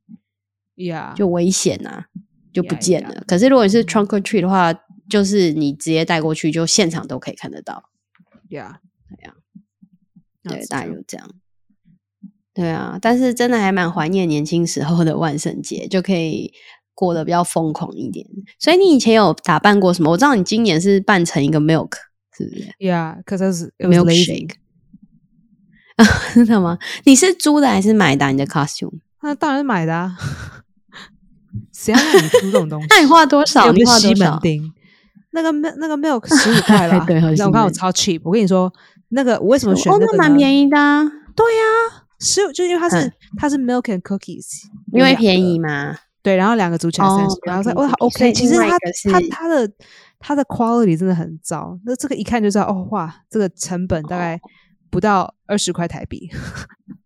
Speaker 1: 呀，
Speaker 2: 就危险呐、就不
Speaker 1: 呀嗯
Speaker 2: 见
Speaker 1: 呀
Speaker 2: 了。可是如果你是 trunk or treat 的话，就是你直接带过去，就现场都可以看得到。
Speaker 1: 呀，
Speaker 2: 对啊
Speaker 1: 那
Speaker 2: 对，
Speaker 1: 是
Speaker 2: 大
Speaker 1: 这
Speaker 2: 概
Speaker 1: 样
Speaker 2: 就这样。对啊，但是真的还蛮怀念年轻时候的万圣节，就可以过得比较疯狂一点。所以你以前有打扮过什么？我知道你今年是扮成一个 milk，是不是
Speaker 1: Yeah, because I was it was lazy.
Speaker 2: milkshake？啊，真的吗？你是租的还是买的啊、你的 costume？
Speaker 1: 那当然是买的啊，谁要让你出这种东西？
Speaker 2: 那你花多少？
Speaker 1: 又
Speaker 2: 你
Speaker 1: 不
Speaker 2: 花
Speaker 1: 是西
Speaker 2: 多
Speaker 1: 门
Speaker 2: 少？
Speaker 1: 町，那个 mil- 那个 milk 十五块吧？
Speaker 2: 对还
Speaker 1: 那
Speaker 2: 有
Speaker 1: 我
Speaker 2: 西
Speaker 1: 看我
Speaker 2: 门
Speaker 1: 超 cheap。我跟你说，那个我为什么选
Speaker 2: 哦，
Speaker 1: 那
Speaker 2: 那
Speaker 1: 个
Speaker 2: 蛮
Speaker 1: 宜。
Speaker 2: 便宜的、啊，
Speaker 1: 对呀、十五就因为它是、
Speaker 2: 嗯
Speaker 1: 它是 milk and cookies，
Speaker 2: 因
Speaker 1: 有
Speaker 2: 为
Speaker 1: 两
Speaker 2: 便
Speaker 1: 个
Speaker 2: 宜嘛。
Speaker 1: 对，然后两个组起来
Speaker 2: 哦
Speaker 1: 三十、然后
Speaker 2: milk
Speaker 1: 再
Speaker 2: and
Speaker 1: 哇
Speaker 2: cookies，所以
Speaker 1: OK，其实
Speaker 2: 另外一
Speaker 1: 它
Speaker 2: 个
Speaker 1: 它
Speaker 2: 是
Speaker 1: 它的它的 quality 真的很糟，那这个一看就知道哦哇，这个成本
Speaker 2: 哦
Speaker 1: 大概不到二十块台币，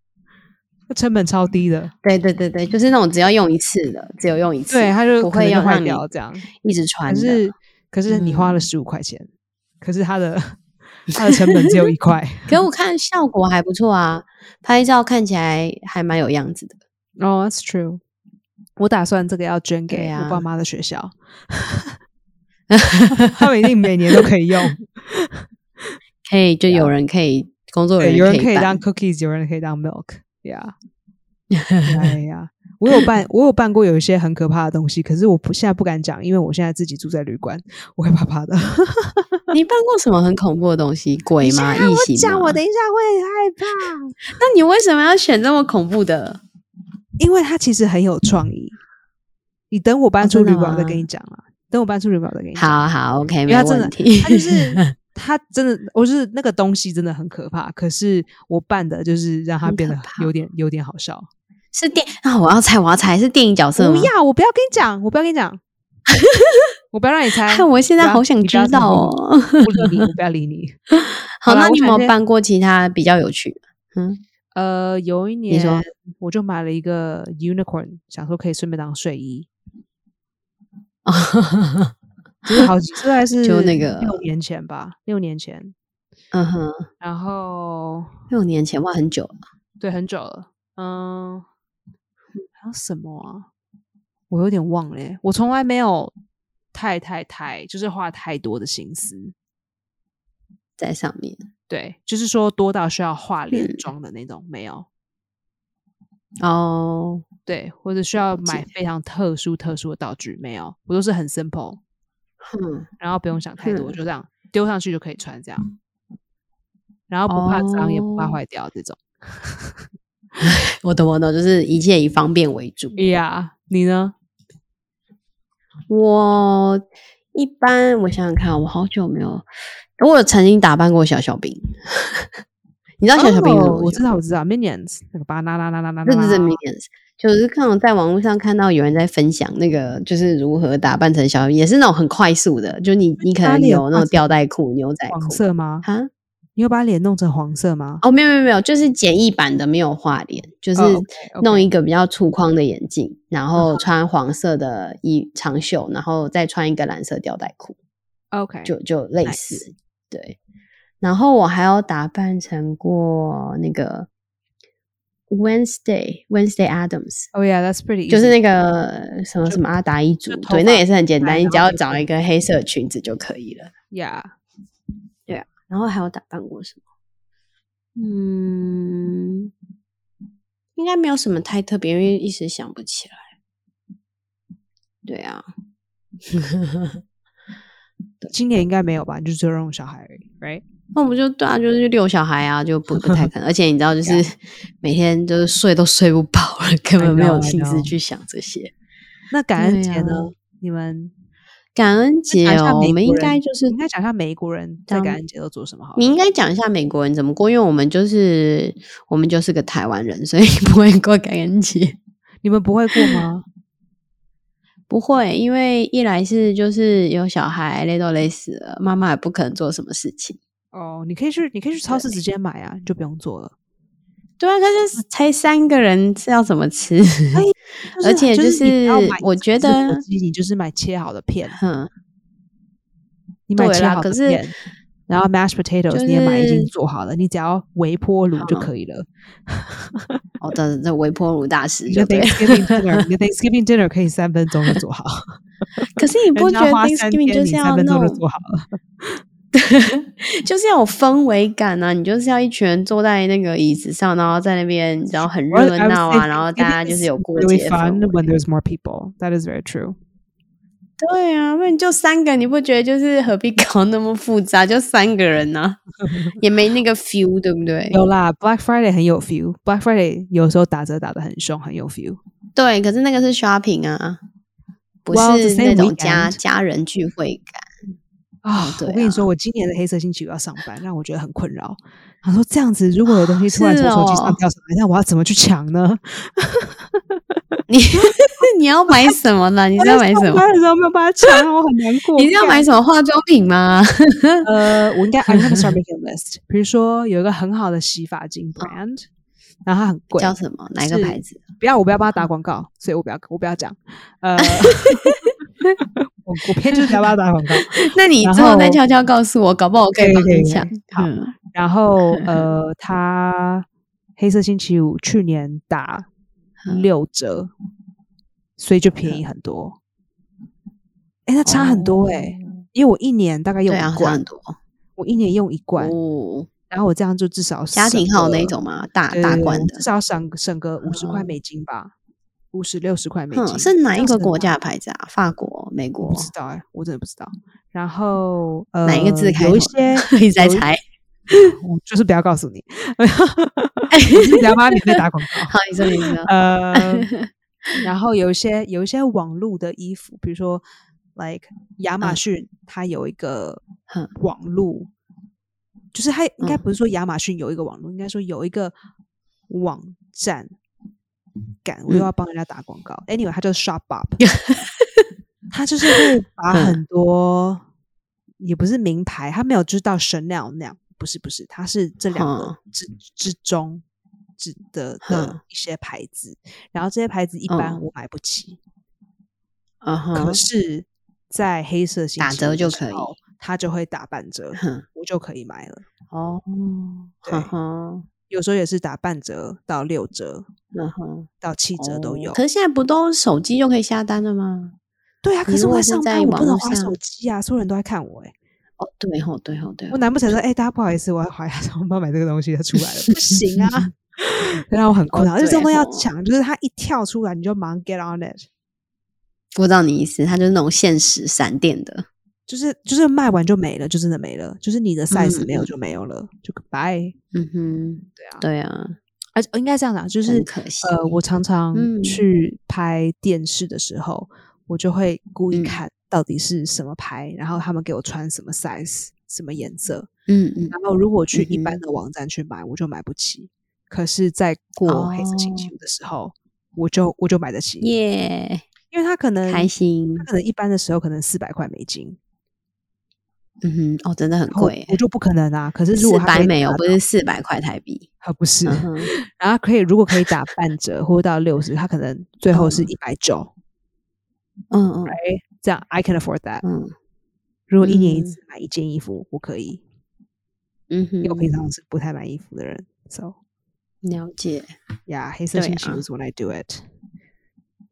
Speaker 1: 那成本超低的，
Speaker 2: 对对对对，就是那种只要用一次的，只有用一次，
Speaker 1: 对，它就
Speaker 2: 不
Speaker 1: 可能
Speaker 2: 会
Speaker 1: 就
Speaker 2: 要
Speaker 1: 坏
Speaker 2: 让你
Speaker 1: 掉这样。
Speaker 2: 一直
Speaker 1: 可
Speaker 2: 穿的。
Speaker 1: 是可是你花了十五块钱，可是它 的它的成本只有一块
Speaker 2: 可我看效果还不错啊，拍照看起来还蛮有样子的。
Speaker 1: 哦、oh,，That's true。我打算这个要捐
Speaker 2: 对
Speaker 1: 给
Speaker 2: 啊
Speaker 1: 我爸妈的学校， 他们一定每年都可以用。
Speaker 2: 可以，就有人可以工作 人
Speaker 1: 对，有
Speaker 2: 员
Speaker 1: 人可以
Speaker 2: 办
Speaker 1: 当 cookies，有人可以当 milk，yeah，哎呀，我有办，我有办过有一些很可怕的东西，可是我不现在不敢讲，因为我现在自己住在旅馆，我会怕怕的。
Speaker 2: 你办过什么很恐怖的东西？鬼
Speaker 1: 现
Speaker 2: 吗？
Speaker 1: 在
Speaker 2: 异
Speaker 1: 让我
Speaker 2: 形
Speaker 1: 讲，
Speaker 2: 吗
Speaker 1: 我等一下会害怕，
Speaker 2: 那你为什么要选这么恐怖的？
Speaker 1: 因为它其实很有创意。你等我搬
Speaker 2: 哦
Speaker 1: 出
Speaker 2: 真的
Speaker 1: 旅馆，我再跟
Speaker 2: 吗
Speaker 1: 你讲啊。等我搬出旅馆，我再跟你讲。
Speaker 2: 好好，OK，
Speaker 1: 因为
Speaker 2: 没
Speaker 1: 它真的
Speaker 2: 问题。
Speaker 1: 它 就是它真的，我就是那个东西真的很可怕，可是我办的就是让它
Speaker 2: 很
Speaker 1: 变
Speaker 2: 可
Speaker 1: 得
Speaker 2: 怕
Speaker 1: 有点有点好笑。
Speaker 2: 是电啊！我要猜，我要猜，是电影角色
Speaker 1: 不
Speaker 2: 吗？
Speaker 1: 要，我不要跟你讲，我不要跟你 讲，我不要让你猜
Speaker 2: 哎，。我现在
Speaker 1: 啊不要
Speaker 2: 好想
Speaker 1: 你不要
Speaker 2: 知道哦。
Speaker 1: 不理你，我不要理你。
Speaker 2: 好，
Speaker 1: 好啦
Speaker 2: 那
Speaker 1: 我
Speaker 2: 你有没
Speaker 1: 想
Speaker 2: 有
Speaker 1: 先
Speaker 2: 办过其他比较有趣的？ 嗯，
Speaker 1: 呃，有一
Speaker 2: 你说
Speaker 1: 年我就买了一个 unicorn，想说可以顺便当睡衣，就是 好几，大概是
Speaker 2: 就那个
Speaker 1: 六年前吧，六年前。
Speaker 2: 嗯哼，
Speaker 1: 然后
Speaker 2: 六年前哇，很久了。
Speaker 1: 对，很久了。嗯，还有什么啊？我有点忘了耶、我从来没有太太太，就是花太多的心思。
Speaker 2: 在上面
Speaker 1: 对，就是说多到需要化
Speaker 2: 嗯
Speaker 1: 脸妆的那种，没有。
Speaker 2: 哦，
Speaker 1: 对，或者需要
Speaker 2: 解
Speaker 1: 买非常特殊特殊的道具，没有，我都是很 simple，
Speaker 2: 哼，
Speaker 1: 然后不用想太多，
Speaker 2: 嗯
Speaker 1: 就这样丢上去就可以穿这样，然后不怕脏、也不怕
Speaker 2: 哦
Speaker 1: 坏掉这种。
Speaker 2: 我懂我懂，就是一切以方便为主。
Speaker 1: 哎呀，你呢？
Speaker 2: 哦我一般我想想看，啊我好久没有，我有曾经打扮过小小兵， 你知道小小兵是什
Speaker 1: 哦
Speaker 2: 么东西吗？
Speaker 1: 我知道，我知道，Minions 那个巴啦啦啦啦啦啦
Speaker 2: 对对对
Speaker 1: 啦，
Speaker 2: ，Minions，就是看我在网络上看到有人在分享那个，就是如何打扮成小小兵，也是那种很快速的，就你你可
Speaker 1: 哪
Speaker 2: 能
Speaker 1: 里有
Speaker 2: 有那
Speaker 1: 画
Speaker 2: 种
Speaker 1: 成
Speaker 2: 吊带裤、牛仔
Speaker 1: 黄
Speaker 2: 裤
Speaker 1: 色吗？
Speaker 2: 啊。
Speaker 1: 你有把脸弄成黄色吗？
Speaker 2: 哦，没有没有没有，就是简易版的，没有画脸，就是
Speaker 1: 哦，OK，OK 嗯
Speaker 2: 弄一个比较粗框的眼镜，然后穿黄色的衣长袖，然后再穿一个蓝色吊带裤，
Speaker 1: OK，
Speaker 2: 就就类
Speaker 1: Nice
Speaker 2: 似对。然后我还有打扮成过那个 Wednesday Wednesday Adams，
Speaker 1: Oh yeah, that's pretty，
Speaker 2: 就是
Speaker 1: easy
Speaker 2: 那个什么
Speaker 1: 就
Speaker 2: 什么阿达一族
Speaker 1: 就，头
Speaker 2: 对，
Speaker 1: 发
Speaker 2: 那也是很简
Speaker 1: 白
Speaker 2: 单，你
Speaker 1: 然
Speaker 2: 只
Speaker 1: 后
Speaker 2: 要
Speaker 1: 留
Speaker 2: 找
Speaker 1: 着
Speaker 2: 一个黑色裙子就可以了。
Speaker 1: yeah，
Speaker 2: 对啊，然后还有打扮过什么？嗯，应该没有什么太特别，因为一时想不起来。对啊，
Speaker 1: 今年应该没有吧？你就只有用小孩而已，right？
Speaker 2: 那我们就对啊，就是去遛小孩啊，就不不太可能。而且你知道，就是 每天就是睡都睡不饱了，根
Speaker 1: I
Speaker 2: 本没
Speaker 1: know,
Speaker 2: 有
Speaker 1: I
Speaker 2: 心思
Speaker 1: know
Speaker 2: 去想这些。
Speaker 1: 那感恩
Speaker 2: 对
Speaker 1: 节呢
Speaker 2: 啊？
Speaker 1: 你们
Speaker 2: 感恩节
Speaker 1: 讲一下
Speaker 2: 哦，
Speaker 1: 美
Speaker 2: 我们
Speaker 1: 国
Speaker 2: 应
Speaker 1: 人
Speaker 2: 该就是
Speaker 1: 你应该讲一下美国人在
Speaker 2: 当
Speaker 1: 感恩节都做什么好了？
Speaker 2: 你应该讲一下美国人怎么过，因为我们就是我们就是个台湾人，所以 不会过感恩节。
Speaker 1: 你们不会过吗？
Speaker 2: 不会，因为一来是就是有小孩累都累死了，妈妈也不可能做什么事情。
Speaker 1: 哦，你可以去，你可以去超市直接买啊，你就不用做了。
Speaker 2: 对啊，可是才三个人，是要怎么吃？
Speaker 1: 就是
Speaker 2: 而且
Speaker 1: 就是你不要买
Speaker 2: 我觉
Speaker 1: 整只火
Speaker 2: 得
Speaker 1: 鸡你就是买切好的片，
Speaker 2: 嗯，
Speaker 1: 你买
Speaker 2: 对
Speaker 1: 切
Speaker 2: 啦
Speaker 1: 好
Speaker 2: 可
Speaker 1: 的
Speaker 2: 是嗯
Speaker 1: 片，然后 mashed potatoes、
Speaker 2: 就
Speaker 1: 你也买已经
Speaker 2: 是
Speaker 1: 做好了，你只要微波炉就
Speaker 2: 好
Speaker 1: 可以了。
Speaker 2: 哦，这这微波炉大师
Speaker 1: 你
Speaker 2: 就
Speaker 1: 的
Speaker 2: 对了。
Speaker 1: Thanksgiving dinner，你的 Thanksgiving dinner 可以三分钟就做好，
Speaker 2: 可是你不
Speaker 1: 人
Speaker 2: 觉
Speaker 1: 家
Speaker 2: 得
Speaker 1: 花三
Speaker 2: Thanksgiving
Speaker 1: 天，
Speaker 2: 就
Speaker 1: 你
Speaker 2: 是要
Speaker 1: 三分
Speaker 2: 那
Speaker 1: 钟就
Speaker 2: 种
Speaker 1: 做好了。
Speaker 2: 就是要有氛围感啊！你就是要一群人坐在那个椅子上，然后在那边，然后很
Speaker 1: Well, I
Speaker 2: 热
Speaker 1: would
Speaker 2: 闹
Speaker 1: say
Speaker 2: 啊，然后
Speaker 1: Thanksgiving
Speaker 2: 大家就是
Speaker 1: is
Speaker 2: 有过
Speaker 1: really
Speaker 2: 节氛
Speaker 1: fun
Speaker 2: 围。
Speaker 1: when there's more people. That is very true.
Speaker 2: 对啊，不然就三个，你不觉得就是何必搞那么复杂？就三个人呢、 也没那个 feel，对不对？
Speaker 1: 有啦，Black Friday 很有 feel。Black Friday 有时候打折打的很凶，很有 feel。
Speaker 2: 对，可是那个是 shopping 啊，不
Speaker 1: Well, the
Speaker 2: 是
Speaker 1: same
Speaker 2: 那种家
Speaker 1: weekend.
Speaker 2: 家人聚会感。
Speaker 1: 啊、
Speaker 2: 对
Speaker 1: 我跟你
Speaker 2: 啊
Speaker 1: 说，我今年的黑色星期五要上班，让我觉得很困扰。他说这样子，如果有东西突然
Speaker 2: 是
Speaker 1: 从手机上
Speaker 2: 哦
Speaker 1: 掉上来，那我要怎么去抢 呢？
Speaker 2: 你你要买什么呢？你
Speaker 1: 我
Speaker 2: 是要
Speaker 1: 在
Speaker 2: 买
Speaker 1: 上
Speaker 2: 什么？
Speaker 1: 班的时候没有办法抢，啊让我很难 过。
Speaker 2: 你是要
Speaker 1: 干
Speaker 2: 买什么化妆品 吗？
Speaker 1: 呃，我应该 I'm gonna start making a list。比如说有一个很好的洗发精 brand，然后它很贵，
Speaker 2: 叫什么？哪一个
Speaker 1: 是
Speaker 2: 牌子？
Speaker 1: 不要我不要帮他打广告，所以我不要我不要讲。 呃，我我偏就是不要帮他打广告。
Speaker 2: 那你
Speaker 1: 然
Speaker 2: 之后再
Speaker 1: 后
Speaker 2: 悄悄告诉我，搞不好我可
Speaker 1: 可
Speaker 2: 以
Speaker 1: 以
Speaker 2: 帮
Speaker 1: 可以
Speaker 2: 你
Speaker 1: 可以
Speaker 2: 抢。
Speaker 1: 好
Speaker 2: 嗯
Speaker 1: 然后呃，他黑色星期五去年打
Speaker 2: 嗯
Speaker 1: 六折，所以就便宜很多。哎、那差很多哎、
Speaker 2: 哦
Speaker 1: 因为我一年大概用
Speaker 2: 对啊，
Speaker 1: 一
Speaker 2: 差
Speaker 1: 罐，
Speaker 2: 很多
Speaker 1: 我一年用一罐，
Speaker 2: 哦。
Speaker 1: 然后我这样就至少
Speaker 2: 家庭
Speaker 1: 省
Speaker 2: 号那
Speaker 1: 个
Speaker 2: 一种嘛，大
Speaker 1: 对
Speaker 2: 大
Speaker 1: 对对
Speaker 2: 罐的
Speaker 1: 至。少要省省个五十块
Speaker 2: 哦
Speaker 1: 美金吧，五十六十块美金。
Speaker 2: 哼，是哪
Speaker 1: 这
Speaker 2: 一
Speaker 1: 样
Speaker 2: 个
Speaker 1: 子很
Speaker 2: 国
Speaker 1: 大？
Speaker 2: 家的牌子啊？法国、美
Speaker 1: 我
Speaker 2: 国
Speaker 1: 不？知道哎、我真的不知道。然后呃，
Speaker 2: 哪一个字开
Speaker 1: 有一
Speaker 2: 头
Speaker 1: 些
Speaker 2: 你在
Speaker 1: 有一
Speaker 2: 猜？
Speaker 1: 我就是不要告诉你， 我就是不要帮你在打广告。
Speaker 2: 好，你说 你说。
Speaker 1: 呃，然后有一些有一些网络的衣服，比如说，like 亚马
Speaker 2: 嗯
Speaker 1: 逊，它有一个
Speaker 2: 嗯
Speaker 1: 网络，就是它应该
Speaker 2: 嗯
Speaker 1: 不是说亚马逊有一个网络，应该说有一个网站。感，我又
Speaker 2: 嗯
Speaker 1: 要帮人家打广告。Anyway，它叫 Shop Up，它就是会把
Speaker 2: 嗯
Speaker 1: 很多，也不是名牌，它没有知道 Chanel 那样，不是不是，它是这两个
Speaker 2: 嗯
Speaker 1: 之、之中之的的
Speaker 2: 嗯
Speaker 1: 一些牌子，然后这些牌子一般
Speaker 2: 嗯
Speaker 1: 我买不起，
Speaker 2: 嗯
Speaker 1: 可
Speaker 2: 哼，
Speaker 1: 是，在黑色星
Speaker 2: 打
Speaker 1: 期
Speaker 2: 折
Speaker 1: 五的
Speaker 2: 就
Speaker 1: 时
Speaker 2: 可以
Speaker 1: 候，它就会打半折，
Speaker 2: 哼，
Speaker 1: 我就可以买了。
Speaker 2: 哦，
Speaker 1: 对
Speaker 2: 哼哼，
Speaker 1: 有时候也是打半折到六折
Speaker 2: 嗯哼，
Speaker 1: 到七折都
Speaker 2: 哦
Speaker 1: 有。
Speaker 2: 可是现在不都手机就可以下单了吗？
Speaker 1: 对啊，可
Speaker 2: 你
Speaker 1: 是
Speaker 2: 如
Speaker 1: 我
Speaker 2: 果是
Speaker 1: 上
Speaker 2: 在
Speaker 1: 班，我
Speaker 2: 网
Speaker 1: 不能
Speaker 2: 络
Speaker 1: 划手
Speaker 2: 上
Speaker 1: 机啊，所有人都在看我哎、
Speaker 2: 哦，对吼，对吼，对
Speaker 1: 我
Speaker 2: 吼。
Speaker 1: 难不 成说，哎、大家不好意思，我要怀我要买这个东西，它出来了，不行 啊，让我很困
Speaker 2: 哦
Speaker 1: 扰。而且这种
Speaker 2: 对
Speaker 1: 东西要
Speaker 2: 吼
Speaker 1: 抢，就是它一跳出来，你就马上 get on it，
Speaker 2: 我知道你意思，它就是那种限时闪电的。
Speaker 1: 就是就是卖完就没了，就真的没了，就是你的 size 没有
Speaker 2: 嗯
Speaker 1: 就没有了，就 goodbye。
Speaker 2: 嗯哼，
Speaker 1: 对啊，
Speaker 2: 对啊，
Speaker 1: 而且呃应该这样讲，就
Speaker 2: 真
Speaker 1: 是
Speaker 2: 可惜。
Speaker 1: 呃，我常常
Speaker 2: 嗯
Speaker 1: 去拍电视的时候，我就会故意
Speaker 2: 嗯
Speaker 1: 看到底是什么牌，然后他们给我穿什么 size、什么颜色，
Speaker 2: 嗯嗯，
Speaker 1: 然后如果去一般
Speaker 2: 嗯
Speaker 1: 的网站去买，我就买不起。可是，在过黑色星期
Speaker 2: 哦
Speaker 1: 五的时候，我就我就买得起，
Speaker 2: 耶，
Speaker 1: 因为它可能
Speaker 2: 开心
Speaker 1: 它。可能一般的时候可能四百块美金，
Speaker 2: 嗯哼，哦，真的很
Speaker 1: 然后
Speaker 2: 贵耶
Speaker 1: 我，就不可能啊。可是如
Speaker 2: 四
Speaker 1: 果它可
Speaker 2: 百
Speaker 1: 以
Speaker 2: 美哦
Speaker 1: 打，
Speaker 2: 不是四百块台币。
Speaker 1: 啊不是，
Speaker 2: 嗯哼，
Speaker 1: 然后可以如果可以打半折或到六十，它可能最后是
Speaker 2: 嗯
Speaker 1: 一百九，
Speaker 2: 嗯嗯
Speaker 1: 哎，这样 I can afford that。
Speaker 2: 嗯
Speaker 1: 如果一年一
Speaker 2: 嗯
Speaker 1: 次买一件衣服，我可以，
Speaker 2: 嗯
Speaker 1: 因为我平
Speaker 2: 哼，
Speaker 1: 常是不太买衣服的人，so
Speaker 2: 了解。
Speaker 1: yeah，黑色
Speaker 2: 对
Speaker 1: 星期
Speaker 2: 啊
Speaker 1: 五 is when I do it。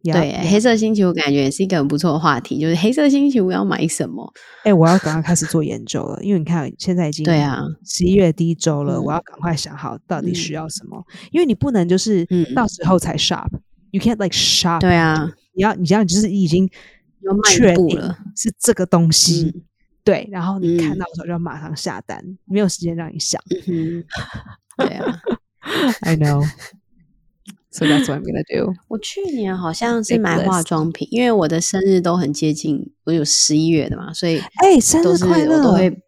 Speaker 2: 对
Speaker 1: Yeah,
Speaker 2: 耶，黑色星期五感觉也是一个很不错的话题，就是黑色星期五要买什么？
Speaker 1: 哎、我要赶快开始做研究了，因为你看现在已经
Speaker 2: 对啊，
Speaker 1: 十一月第一周了，我
Speaker 2: 嗯
Speaker 1: 要赶快想好到底需
Speaker 2: 嗯
Speaker 1: 要什么，因为你不能就是
Speaker 2: 嗯
Speaker 1: 到时候才 shop，、you can't like shop，
Speaker 2: 对啊，
Speaker 1: 你要你这样就是已经
Speaker 2: 要迈
Speaker 1: 确
Speaker 2: 一步
Speaker 1: 定
Speaker 2: 了。
Speaker 1: 是这个东西，
Speaker 2: 嗯
Speaker 1: 对，然后你看
Speaker 2: 嗯
Speaker 1: 到的时候就要马上下单，没有时间让你想。
Speaker 2: 嗯哼，对啊，
Speaker 1: I know, so that's what I'm gonna do.
Speaker 2: 我去年好像是
Speaker 1: Big
Speaker 2: 买化
Speaker 1: list
Speaker 2: 妆品，因为我的生日都很接近，我有十一月的嘛，所以
Speaker 1: 哎、生
Speaker 2: 都
Speaker 1: 日
Speaker 2: 是
Speaker 1: 快
Speaker 2: 我都
Speaker 1: 乐！
Speaker 2: 会。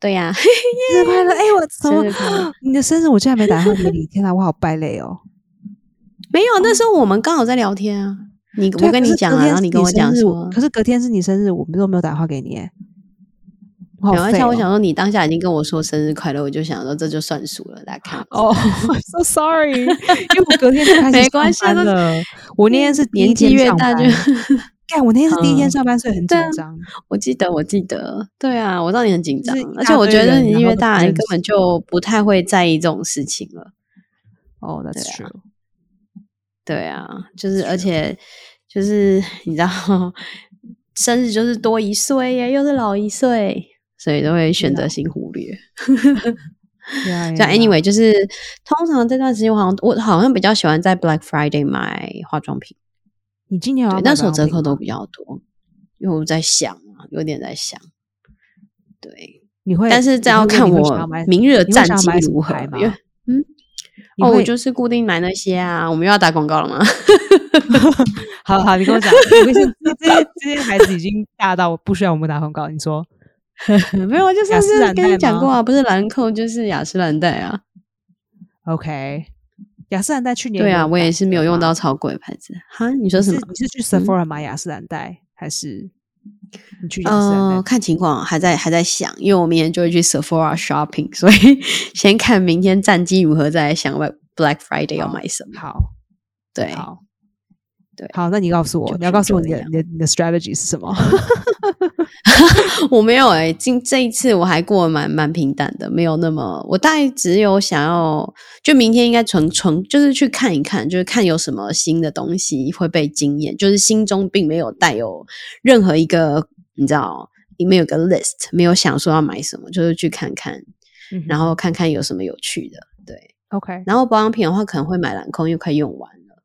Speaker 2: 对呀、
Speaker 1: 生日快乐！哎、 我怎么
Speaker 2: 生日快乐
Speaker 1: 你的生日我竟然没打电话给你？天哪，我好败类哦！
Speaker 2: 没有，那时候我们刚好在聊天啊。你
Speaker 1: 对啊
Speaker 2: 我跟
Speaker 1: 可
Speaker 2: 你
Speaker 1: 是
Speaker 2: 讲
Speaker 1: 隔
Speaker 2: 啊，
Speaker 1: 天
Speaker 2: 然后
Speaker 1: 是
Speaker 2: 你跟我
Speaker 1: 生
Speaker 2: 讲
Speaker 1: 日
Speaker 2: 说
Speaker 1: 可，是隔天是你生日，我们都没有打电话给你耶。好
Speaker 2: 然后
Speaker 1: 废
Speaker 2: 啊像我
Speaker 1: 哦
Speaker 2: 想说，你当下已经跟我说生日快乐，我就想说这就算数了，来看。
Speaker 1: 哦、i m so sorry，因为我隔天就开始
Speaker 2: 没关系啊
Speaker 1: 上班
Speaker 2: 都
Speaker 1: 了。我那天是第一
Speaker 2: 年纪
Speaker 1: 天
Speaker 2: 越
Speaker 1: 上
Speaker 2: 大
Speaker 1: 班
Speaker 2: 就，
Speaker 1: 干我那天是第一天
Speaker 2: 嗯
Speaker 1: 上班，所以很紧
Speaker 2: 对啊
Speaker 1: 张。
Speaker 2: 我记得，我记得，对啊，我知道你很紧
Speaker 1: 就
Speaker 2: 张
Speaker 1: 是一，
Speaker 2: 而
Speaker 1: 大
Speaker 2: 且我
Speaker 1: 堆
Speaker 2: 觉得
Speaker 1: 人
Speaker 2: 你
Speaker 1: 然后
Speaker 2: 越
Speaker 1: 都不
Speaker 2: 大，你
Speaker 1: 认
Speaker 2: 根本
Speaker 1: 识
Speaker 2: 就不太会在意这种事情了。
Speaker 1: 哦、t h a t
Speaker 2: 对啊
Speaker 1: s true。
Speaker 2: 对啊，就是而且就是 你知道，生日就是多一岁耶，又是老一岁，所以都会选
Speaker 1: 啊
Speaker 2: 择性忽略。
Speaker 1: Yeah, yeah,
Speaker 2: 对
Speaker 1: yeah
Speaker 2: ，anyway，就是通常这段时间，我好像我好像比较喜欢在 Black Friday 买化妆品，
Speaker 1: 你今年有
Speaker 2: 对啊
Speaker 1: 要，
Speaker 2: 那
Speaker 1: 买
Speaker 2: 时候
Speaker 1: 保
Speaker 2: 折
Speaker 1: 养品
Speaker 2: 扣都
Speaker 1: 吗
Speaker 2: 比较多，因为我在想啊，有点在想，对，
Speaker 1: 你会，
Speaker 2: 但是这要看我明日的战绩如何。因为
Speaker 1: 嘛。
Speaker 2: 嗯，
Speaker 1: 你
Speaker 2: 哦，我
Speaker 1: 会
Speaker 2: 就是固定买那些啊，我们又要打广告了吗？
Speaker 1: 好好，你跟我讲，我跟你说这些这些孩子已经大到不需要我们打广告。你说
Speaker 2: 没有，就
Speaker 1: 雅
Speaker 2: 上
Speaker 1: 诗
Speaker 2: 次
Speaker 1: 兰
Speaker 2: 跟你
Speaker 1: 黛
Speaker 2: 讲
Speaker 1: 吗
Speaker 2: 过啊，不是兰蔻就是雅诗兰黛啊。
Speaker 1: OK？雅诗兰黛去年
Speaker 2: 对
Speaker 1: 有
Speaker 2: 啊，我也
Speaker 1: 打
Speaker 2: 是没有
Speaker 1: 折
Speaker 2: 用
Speaker 1: 吗
Speaker 2: 到超贵的牌子哈，你说
Speaker 1: 你
Speaker 2: 什么
Speaker 1: 是？你是去
Speaker 2: 嗯
Speaker 1: Sephora 买雅诗兰黛，还是你去雅诗兰
Speaker 2: 呃，
Speaker 1: 黛？
Speaker 2: 看情况，还在还在想，因为我明天就会去 Sephora shopping，所以 先看明天战绩如何，再来想 Black Black Friday 要
Speaker 1: 好
Speaker 2: 买什么。
Speaker 1: 好，
Speaker 2: 呃对，
Speaker 1: 好，
Speaker 2: 对
Speaker 1: 好，那你告诉我，
Speaker 2: 就
Speaker 1: 你要
Speaker 2: 是
Speaker 1: 告诉我
Speaker 2: 这
Speaker 1: 你的
Speaker 2: 样
Speaker 1: 你的你的 strategy 是 什么？
Speaker 2: 我没有哎、今这一次我还过得蛮蛮平淡的，没有那么，我大概只有想要，就明天应该纯纯就是去看一看，就是看有什么新的东西会被惊艳，就是心中并没有带有任何一个你知道里面有个 list，没有想说要买什么，就是去看看，然
Speaker 1: 后
Speaker 2: 后看看有什么有趣的，对。
Speaker 1: 嗯 OK
Speaker 2: 然后保养品的话，可能会买兰蔻，因为快用完了。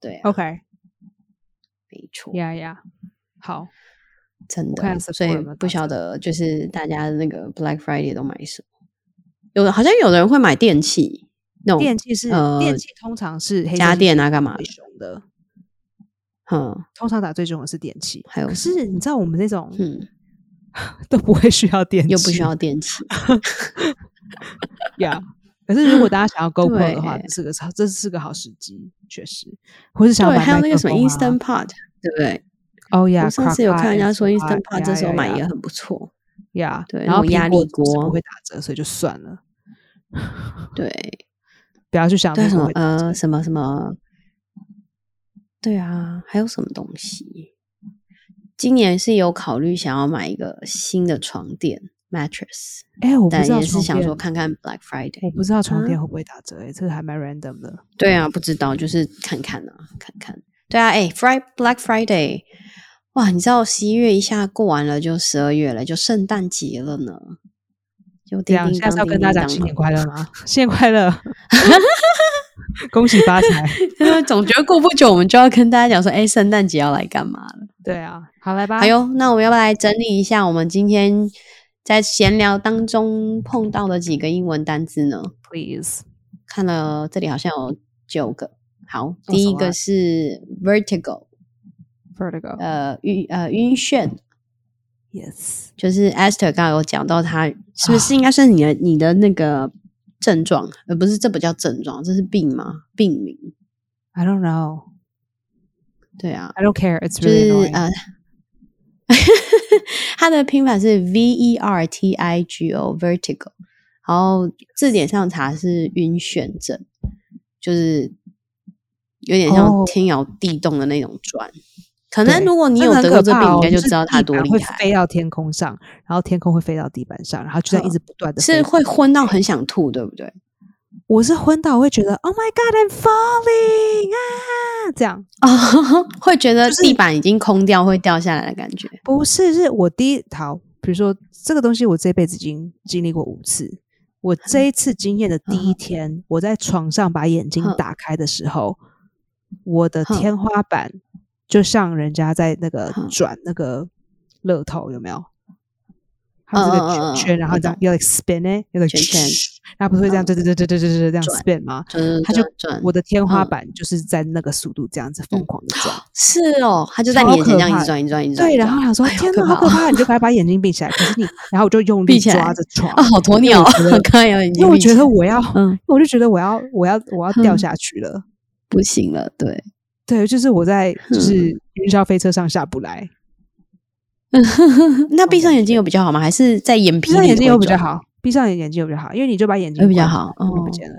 Speaker 2: 对啊、
Speaker 1: OK
Speaker 2: 没错，
Speaker 1: 呀呀，好，
Speaker 2: 真
Speaker 1: 我
Speaker 2: 的
Speaker 1: 看，
Speaker 2: 所
Speaker 1: Sephora
Speaker 2: 以
Speaker 1: 有没有
Speaker 2: 不
Speaker 1: 打
Speaker 2: 晓
Speaker 1: 折
Speaker 2: 得就是大家那个 Black Friday 都买什么？有的好像有的人会买电器，那种
Speaker 1: 电器是电
Speaker 2: 呃
Speaker 1: 器，通常是黑色
Speaker 2: 家
Speaker 1: 星
Speaker 2: 电
Speaker 1: 期
Speaker 2: 啊干嘛
Speaker 1: 最
Speaker 2: 的
Speaker 1: 凶的，
Speaker 2: 嗯
Speaker 1: 通常打最凶的是电器。
Speaker 2: 还有
Speaker 1: 可是你知道我们这种
Speaker 2: 嗯，
Speaker 1: 都不会需要电器，
Speaker 2: 又不需要 电器，
Speaker 1: 呀。可是如果大家 想要 GoPro 的话，
Speaker 2: 对
Speaker 1: 这是个超这是个好时机，确实。或是想要
Speaker 2: 对，
Speaker 1: 买
Speaker 2: 还有
Speaker 1: 麦
Speaker 2: 那
Speaker 1: 克
Speaker 2: 个什么
Speaker 1: 风啊
Speaker 2: Instant Pot，对不对？
Speaker 1: 哦呀，
Speaker 2: 我上次有
Speaker 1: Crock-Pot
Speaker 2: 看人家说 Instant
Speaker 1: Pot，
Speaker 2: Pot 这
Speaker 1: 呀
Speaker 2: 时候
Speaker 1: 呀
Speaker 2: 买
Speaker 1: 呀
Speaker 2: 也很不错，
Speaker 1: 呀，
Speaker 2: 对
Speaker 1: 然
Speaker 2: 那
Speaker 1: 后
Speaker 2: 种压
Speaker 1: 苹果
Speaker 2: 力
Speaker 1: 就是
Speaker 2: 锅
Speaker 1: 不会打折，所以就算了，
Speaker 2: 对，
Speaker 1: 不要去想
Speaker 2: 对啊
Speaker 1: 苹
Speaker 2: 什
Speaker 1: 果
Speaker 2: 么
Speaker 1: 会打折
Speaker 2: 呃什么什么，对啊，还有什么东西？今年是有考虑想要买一个新的床垫 mattress，
Speaker 1: 哎，我不
Speaker 2: 但
Speaker 1: 知道
Speaker 2: 也是
Speaker 1: 床
Speaker 2: 想说
Speaker 1: 垫，
Speaker 2: 看看 Black Friday。
Speaker 1: 我不知道床
Speaker 2: 啊
Speaker 1: 垫会不会打折，哎，这个还蛮 random 的。
Speaker 2: 对啊，不知道，就是看看啊，看看。对啊，哎，Fri Black Friday，哇，你知道十一月一下过完了，就十二月了，就圣诞节了呢。就
Speaker 1: 这
Speaker 2: 叮
Speaker 1: 样，
Speaker 2: 叮
Speaker 1: 啊下
Speaker 2: 当，
Speaker 1: 次要
Speaker 2: 叮
Speaker 1: 跟大
Speaker 2: 叮
Speaker 1: 家讲
Speaker 2: 当
Speaker 1: 新年
Speaker 2: 了。
Speaker 1: 快乐吗？新年快乐，恭喜发财。
Speaker 2: 总觉得过不久，我们就要跟大家讲说，哎，圣诞节要来干嘛了？
Speaker 1: 对啊，好来吧。
Speaker 2: 好哟，那我们要不要来整理一下我们今天在闲聊当中碰到的几个英文单字呢？
Speaker 1: ，please，
Speaker 2: 看了这里好像有九个。好，
Speaker 1: 哦
Speaker 2: 第
Speaker 1: 什
Speaker 2: 一
Speaker 1: 么啊
Speaker 2: 个是 vertigo，
Speaker 1: Vertigo。
Speaker 2: 呃晕呃晕眩，
Speaker 1: Yes，
Speaker 2: 就是 Esther 刚刚有讲到他，是不是应该算你的你的那个症状，而不是这不叫症状，这是病吗？病名？
Speaker 1: I don't know.
Speaker 2: 对啊，
Speaker 1: I don't care. It's
Speaker 2: 就
Speaker 1: really
Speaker 2: 是
Speaker 1: annoying.
Speaker 2: 呃，它的拼法是 V E R T I G O vertigo，然后字典上查是晕眩症，就是有点像
Speaker 1: 哦
Speaker 2: 天摇地动的那种转。可能
Speaker 1: 对
Speaker 2: 如果你有
Speaker 1: 真
Speaker 2: 得
Speaker 1: 的很可
Speaker 2: 过这病，
Speaker 1: 怕哦
Speaker 2: 你应该
Speaker 1: 就
Speaker 2: 就是知道它
Speaker 1: 地
Speaker 2: 多
Speaker 1: 板
Speaker 2: 厉
Speaker 1: 会
Speaker 2: 害。
Speaker 1: 飞到天空上，然后天空会飞到地板上，然后就在一
Speaker 2: 嗯
Speaker 1: 直不断的
Speaker 2: 是会 昏到很想吐，对不对？
Speaker 1: 我是昏倒，我会觉得 Oh my God, I'm falling 啊！这样
Speaker 2: 哦， 会觉得
Speaker 1: 就是
Speaker 2: 地板已经空掉，会掉下来的感觉。
Speaker 1: 不是，是我第一好，比如说这个东西，我这辈子已经经历过五次。我这一次经验的第一
Speaker 2: 嗯
Speaker 1: 天，我在床上把眼睛
Speaker 2: 嗯
Speaker 1: 打开的时候，我的
Speaker 2: 嗯
Speaker 1: 天花板就像人家在那个
Speaker 2: 嗯
Speaker 1: 转那个乐透，有没有？它们这
Speaker 2: 嗯嗯嗯
Speaker 1: 个
Speaker 2: 嗯
Speaker 1: 圈圈，然后
Speaker 2: 我
Speaker 1: 这样
Speaker 2: 懂
Speaker 1: 要 like spin it，要 like
Speaker 2: 圈圈，
Speaker 1: 那不是会这样，
Speaker 2: 嗯
Speaker 1: 对对对对对对对，这样
Speaker 2: 转
Speaker 1: spin 吗？
Speaker 2: 就是
Speaker 1: 它就
Speaker 2: 转
Speaker 1: 我的天花
Speaker 2: 嗯
Speaker 1: 板就是在那个速度这样子疯
Speaker 2: 嗯
Speaker 1: 狂的转，
Speaker 2: 是哦，它就在
Speaker 1: 超
Speaker 2: 你眼
Speaker 1: 可
Speaker 2: 前这样一
Speaker 1: 怕
Speaker 2: 直转，一直转，一直转。
Speaker 1: 对，
Speaker 2: 一直
Speaker 1: 然后
Speaker 2: 转
Speaker 1: 想说
Speaker 2: 哎呀
Speaker 1: 天
Speaker 2: 可
Speaker 1: 哪，好
Speaker 2: 怕
Speaker 1: 可
Speaker 2: 哦
Speaker 1: 怕！你就赶快把眼睛闭起来。可是你，然后我就用
Speaker 2: 闭
Speaker 1: 力
Speaker 2: 起来
Speaker 1: 抓着床，
Speaker 2: 啊，好
Speaker 1: 因
Speaker 2: 鸵
Speaker 1: 为
Speaker 2: 鸟
Speaker 1: 我
Speaker 2: 哦！
Speaker 1: 觉得
Speaker 2: 我刚刚有眼
Speaker 1: 因
Speaker 2: 睛
Speaker 1: 为我
Speaker 2: 闭起
Speaker 1: 觉得
Speaker 2: 来，
Speaker 1: 我要，
Speaker 2: 嗯，
Speaker 1: 我就觉得我要，我要，我要掉
Speaker 2: 嗯
Speaker 1: 下去了。
Speaker 2: 不行了，对，
Speaker 1: 对，就是我在就
Speaker 2: 嗯
Speaker 1: 是云霄飞车上下不来。
Speaker 2: 那闭上眼睛有比较好吗？还是在眼皮
Speaker 1: 闭上
Speaker 2: 里
Speaker 1: 眼睛有
Speaker 2: 会
Speaker 1: 比较
Speaker 2: 肿？
Speaker 1: 好，闭上眼睛有比较好，因为你就把眼睛
Speaker 2: 会比较
Speaker 1: 关
Speaker 2: 好
Speaker 1: 上就不
Speaker 2: 哦
Speaker 1: 见了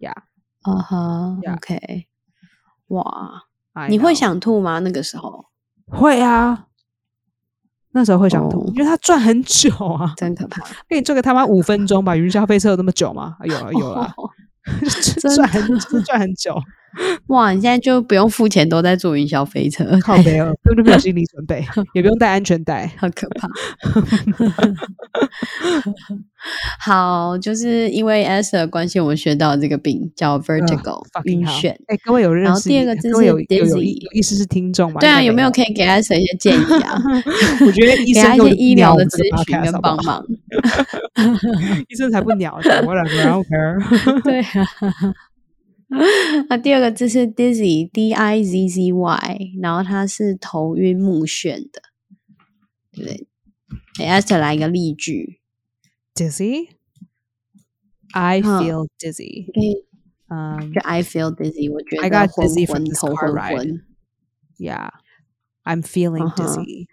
Speaker 1: 呀。
Speaker 2: 啊哈
Speaker 1: Yeah
Speaker 2: ，OK，哇，
Speaker 1: I
Speaker 2: 你会
Speaker 1: know
Speaker 2: 想吐吗？那个时候
Speaker 1: 会啊，那时候会想吐，
Speaker 2: 哦
Speaker 1: 因为他赚很久啊，
Speaker 2: 真可怕，
Speaker 1: 给你赚个他妈五分钟吧，云霄飞车有那么久吗？啊有啊 有 啊，
Speaker 2: 真
Speaker 1: 赚很真的赚很久，
Speaker 2: 哇！你现在就不用付钱，都在坐云霄飞车，
Speaker 1: 靠背哦，根本就没有心理准备，也不用带安全带。
Speaker 2: 好可怕。 好，就是因为 S 的关系，我们学到这个病叫 vertigo、
Speaker 1: 啊 fucking
Speaker 2: 晕
Speaker 1: 好
Speaker 2: 眩。
Speaker 1: 哎、各位有认
Speaker 2: 然后
Speaker 1: 识？
Speaker 2: 第二个字
Speaker 1: 各位
Speaker 2: 是
Speaker 1: 有有有
Speaker 2: dizzy
Speaker 1: 意有意思是听众吗？
Speaker 2: 对啊，
Speaker 1: 应该
Speaker 2: 有没
Speaker 1: 没
Speaker 2: 有可以给 S 一些建议啊？
Speaker 1: 我觉 得医
Speaker 2: 给
Speaker 1: 生
Speaker 2: 他
Speaker 1: 根本
Speaker 2: 一些
Speaker 1: 就不
Speaker 2: 医
Speaker 1: 鸟
Speaker 2: 疗
Speaker 1: 我
Speaker 2: 的
Speaker 1: 们这
Speaker 2: 咨
Speaker 1: 个
Speaker 2: 询
Speaker 1: podcast
Speaker 2: 跟
Speaker 1: 好不
Speaker 2: 帮
Speaker 1: 好
Speaker 2: 忙。
Speaker 1: 医生才不鸟的，whatever，I don't care。
Speaker 2: 对啊。那第二个字是 dizzy，d i z z y，然后它是头晕目眩的，对不对？给 S 来一个例句，
Speaker 1: Dizzy，I
Speaker 2: 好
Speaker 1: feel dizzy。
Speaker 2: 可以
Speaker 1: 嗯
Speaker 2: 就 I feel dizzy，我觉
Speaker 1: I
Speaker 2: 得
Speaker 1: got
Speaker 2: 昏
Speaker 1: dizzy from
Speaker 2: 昏
Speaker 1: this
Speaker 2: 头
Speaker 1: car
Speaker 2: 昏
Speaker 1: ride 嗯
Speaker 2: 昏。
Speaker 1: ，Yeah，I'm feeling
Speaker 2: 嗯哼
Speaker 1: dizzy。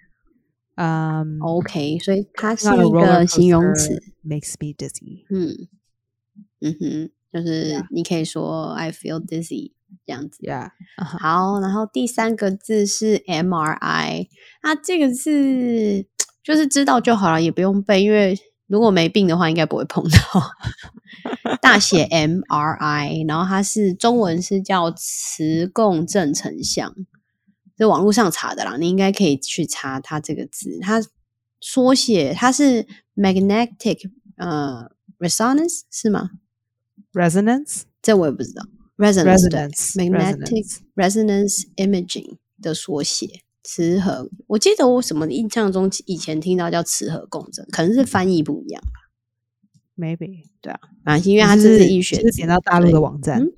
Speaker 1: 嗯
Speaker 2: OK，所以它是
Speaker 1: going on a
Speaker 2: 一
Speaker 1: roller
Speaker 2: 个形容
Speaker 1: coaster
Speaker 2: 词。
Speaker 1: makes me dizzy。
Speaker 2: 嗯嗯哼，就是你可以说 I feel dizzy 这样子。
Speaker 1: Yeah，啊哈
Speaker 2: 好，然后第三个字是 MRI，那这个字就是知道就好了，也不用背，因为如果没病的话，应该不会碰到。大写 MRI，然后它是中文是叫磁共振成像，这网络上查的啦，你应该可以去查它这个字，它缩写它是 magnetic 呃 resonance 是吗？
Speaker 1: ，resonance。
Speaker 2: 这我也不知道。resonance 对
Speaker 1: Resonance，
Speaker 2: magnetic resonance imaging 的缩写，磁核。我记得我什么印象中以前听到叫磁核共振，可能是翻译不一样。
Speaker 1: Maybe，
Speaker 2: 啊，因为
Speaker 1: 就
Speaker 2: 它这
Speaker 1: 是
Speaker 2: 是医学
Speaker 1: 就是
Speaker 2: 字，
Speaker 1: 点到大陆
Speaker 2: 对
Speaker 1: 的网站
Speaker 2: 嗯，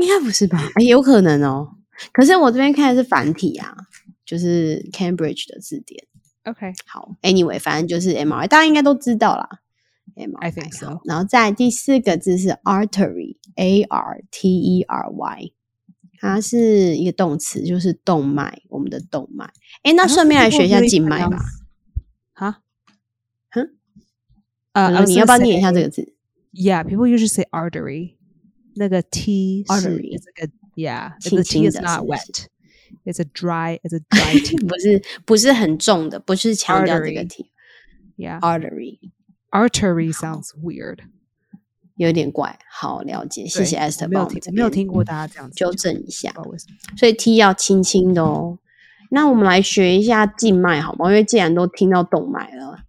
Speaker 2: 应该不是吧？哎，有可能哦。可是我这边看的是繁体啊，就是 Cambridge 的字典。
Speaker 1: OK，I
Speaker 2: 好，anyway，反正就是 MRI，大家应该都知道啦。MRI，
Speaker 1: think
Speaker 2: 好
Speaker 1: so。
Speaker 2: 然后再第四个字是 artery，a r t e r y，它是一个动词，就是动脉，我们的动脉。哎，
Speaker 1: 啊
Speaker 2: 那顺便来学一下静脉吧。。
Speaker 1: 哈，
Speaker 2: Huh?
Speaker 1: 呃
Speaker 2: 然后你要不要念一下这个字
Speaker 1: Yeah, people usually say artery. 那个 T 是
Speaker 2: Artery
Speaker 1: is like a yeah, it's
Speaker 2: 轻
Speaker 1: the
Speaker 2: 轻
Speaker 1: T is
Speaker 2: 的
Speaker 1: not
Speaker 2: 是不是
Speaker 1: wet. It's a dry, it's a dry T.
Speaker 2: 不是不是很重的，不是强调这个
Speaker 1: Artery
Speaker 2: t
Speaker 1: Yeah,
Speaker 2: artery，
Speaker 1: artery sounds weird.
Speaker 2: 有点怪。好，了解，谢
Speaker 1: 对
Speaker 2: 谢 Esther
Speaker 1: 我没
Speaker 2: 帮
Speaker 1: 有
Speaker 2: 我们
Speaker 1: 听
Speaker 2: 这，
Speaker 1: 没有
Speaker 2: 边
Speaker 1: 听过大家这样子
Speaker 2: 纠
Speaker 1: 讲
Speaker 2: 正一下
Speaker 1: 不知。道为什么
Speaker 2: 所以 T 要轻轻的哦。那我们来学一下静脉好吗？因为既然都听到动脉了，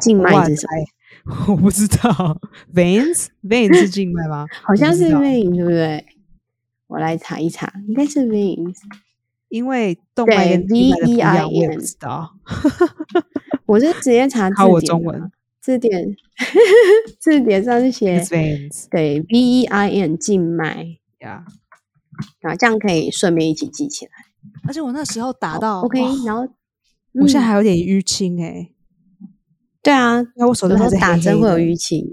Speaker 2: 静脉是什么？
Speaker 1: 么？ 我不知道。Veins, veins 是静脉吗？
Speaker 2: 好像是
Speaker 1: 我不知道
Speaker 2: vein，对不对？我来查一查，应该是 vein。
Speaker 1: 因为动脉
Speaker 2: 对 E
Speaker 1: 跟静脉的不一样，我也不
Speaker 2: VEIN
Speaker 1: 知道。
Speaker 2: 我是直接查字
Speaker 1: 考
Speaker 2: 典，
Speaker 1: 我中文，
Speaker 2: 字典字典上是写
Speaker 1: It's veins.
Speaker 2: 对 V E I N 静脉，
Speaker 1: Yeah.
Speaker 2: 然后这样可以顺便一起记起来。
Speaker 1: 而且我那时候打
Speaker 2: 好
Speaker 1: 到
Speaker 2: 哦 OK，
Speaker 1: 哦哇
Speaker 2: 然后
Speaker 1: 我现在
Speaker 2: 嗯
Speaker 1: 还有点淤青哎，
Speaker 2: 对啊，
Speaker 1: 那我手
Speaker 2: 有
Speaker 1: 上
Speaker 2: 时
Speaker 1: 还是
Speaker 2: 候打
Speaker 1: 黑
Speaker 2: 针
Speaker 1: 黑
Speaker 2: 会有
Speaker 1: 的
Speaker 2: 淤青，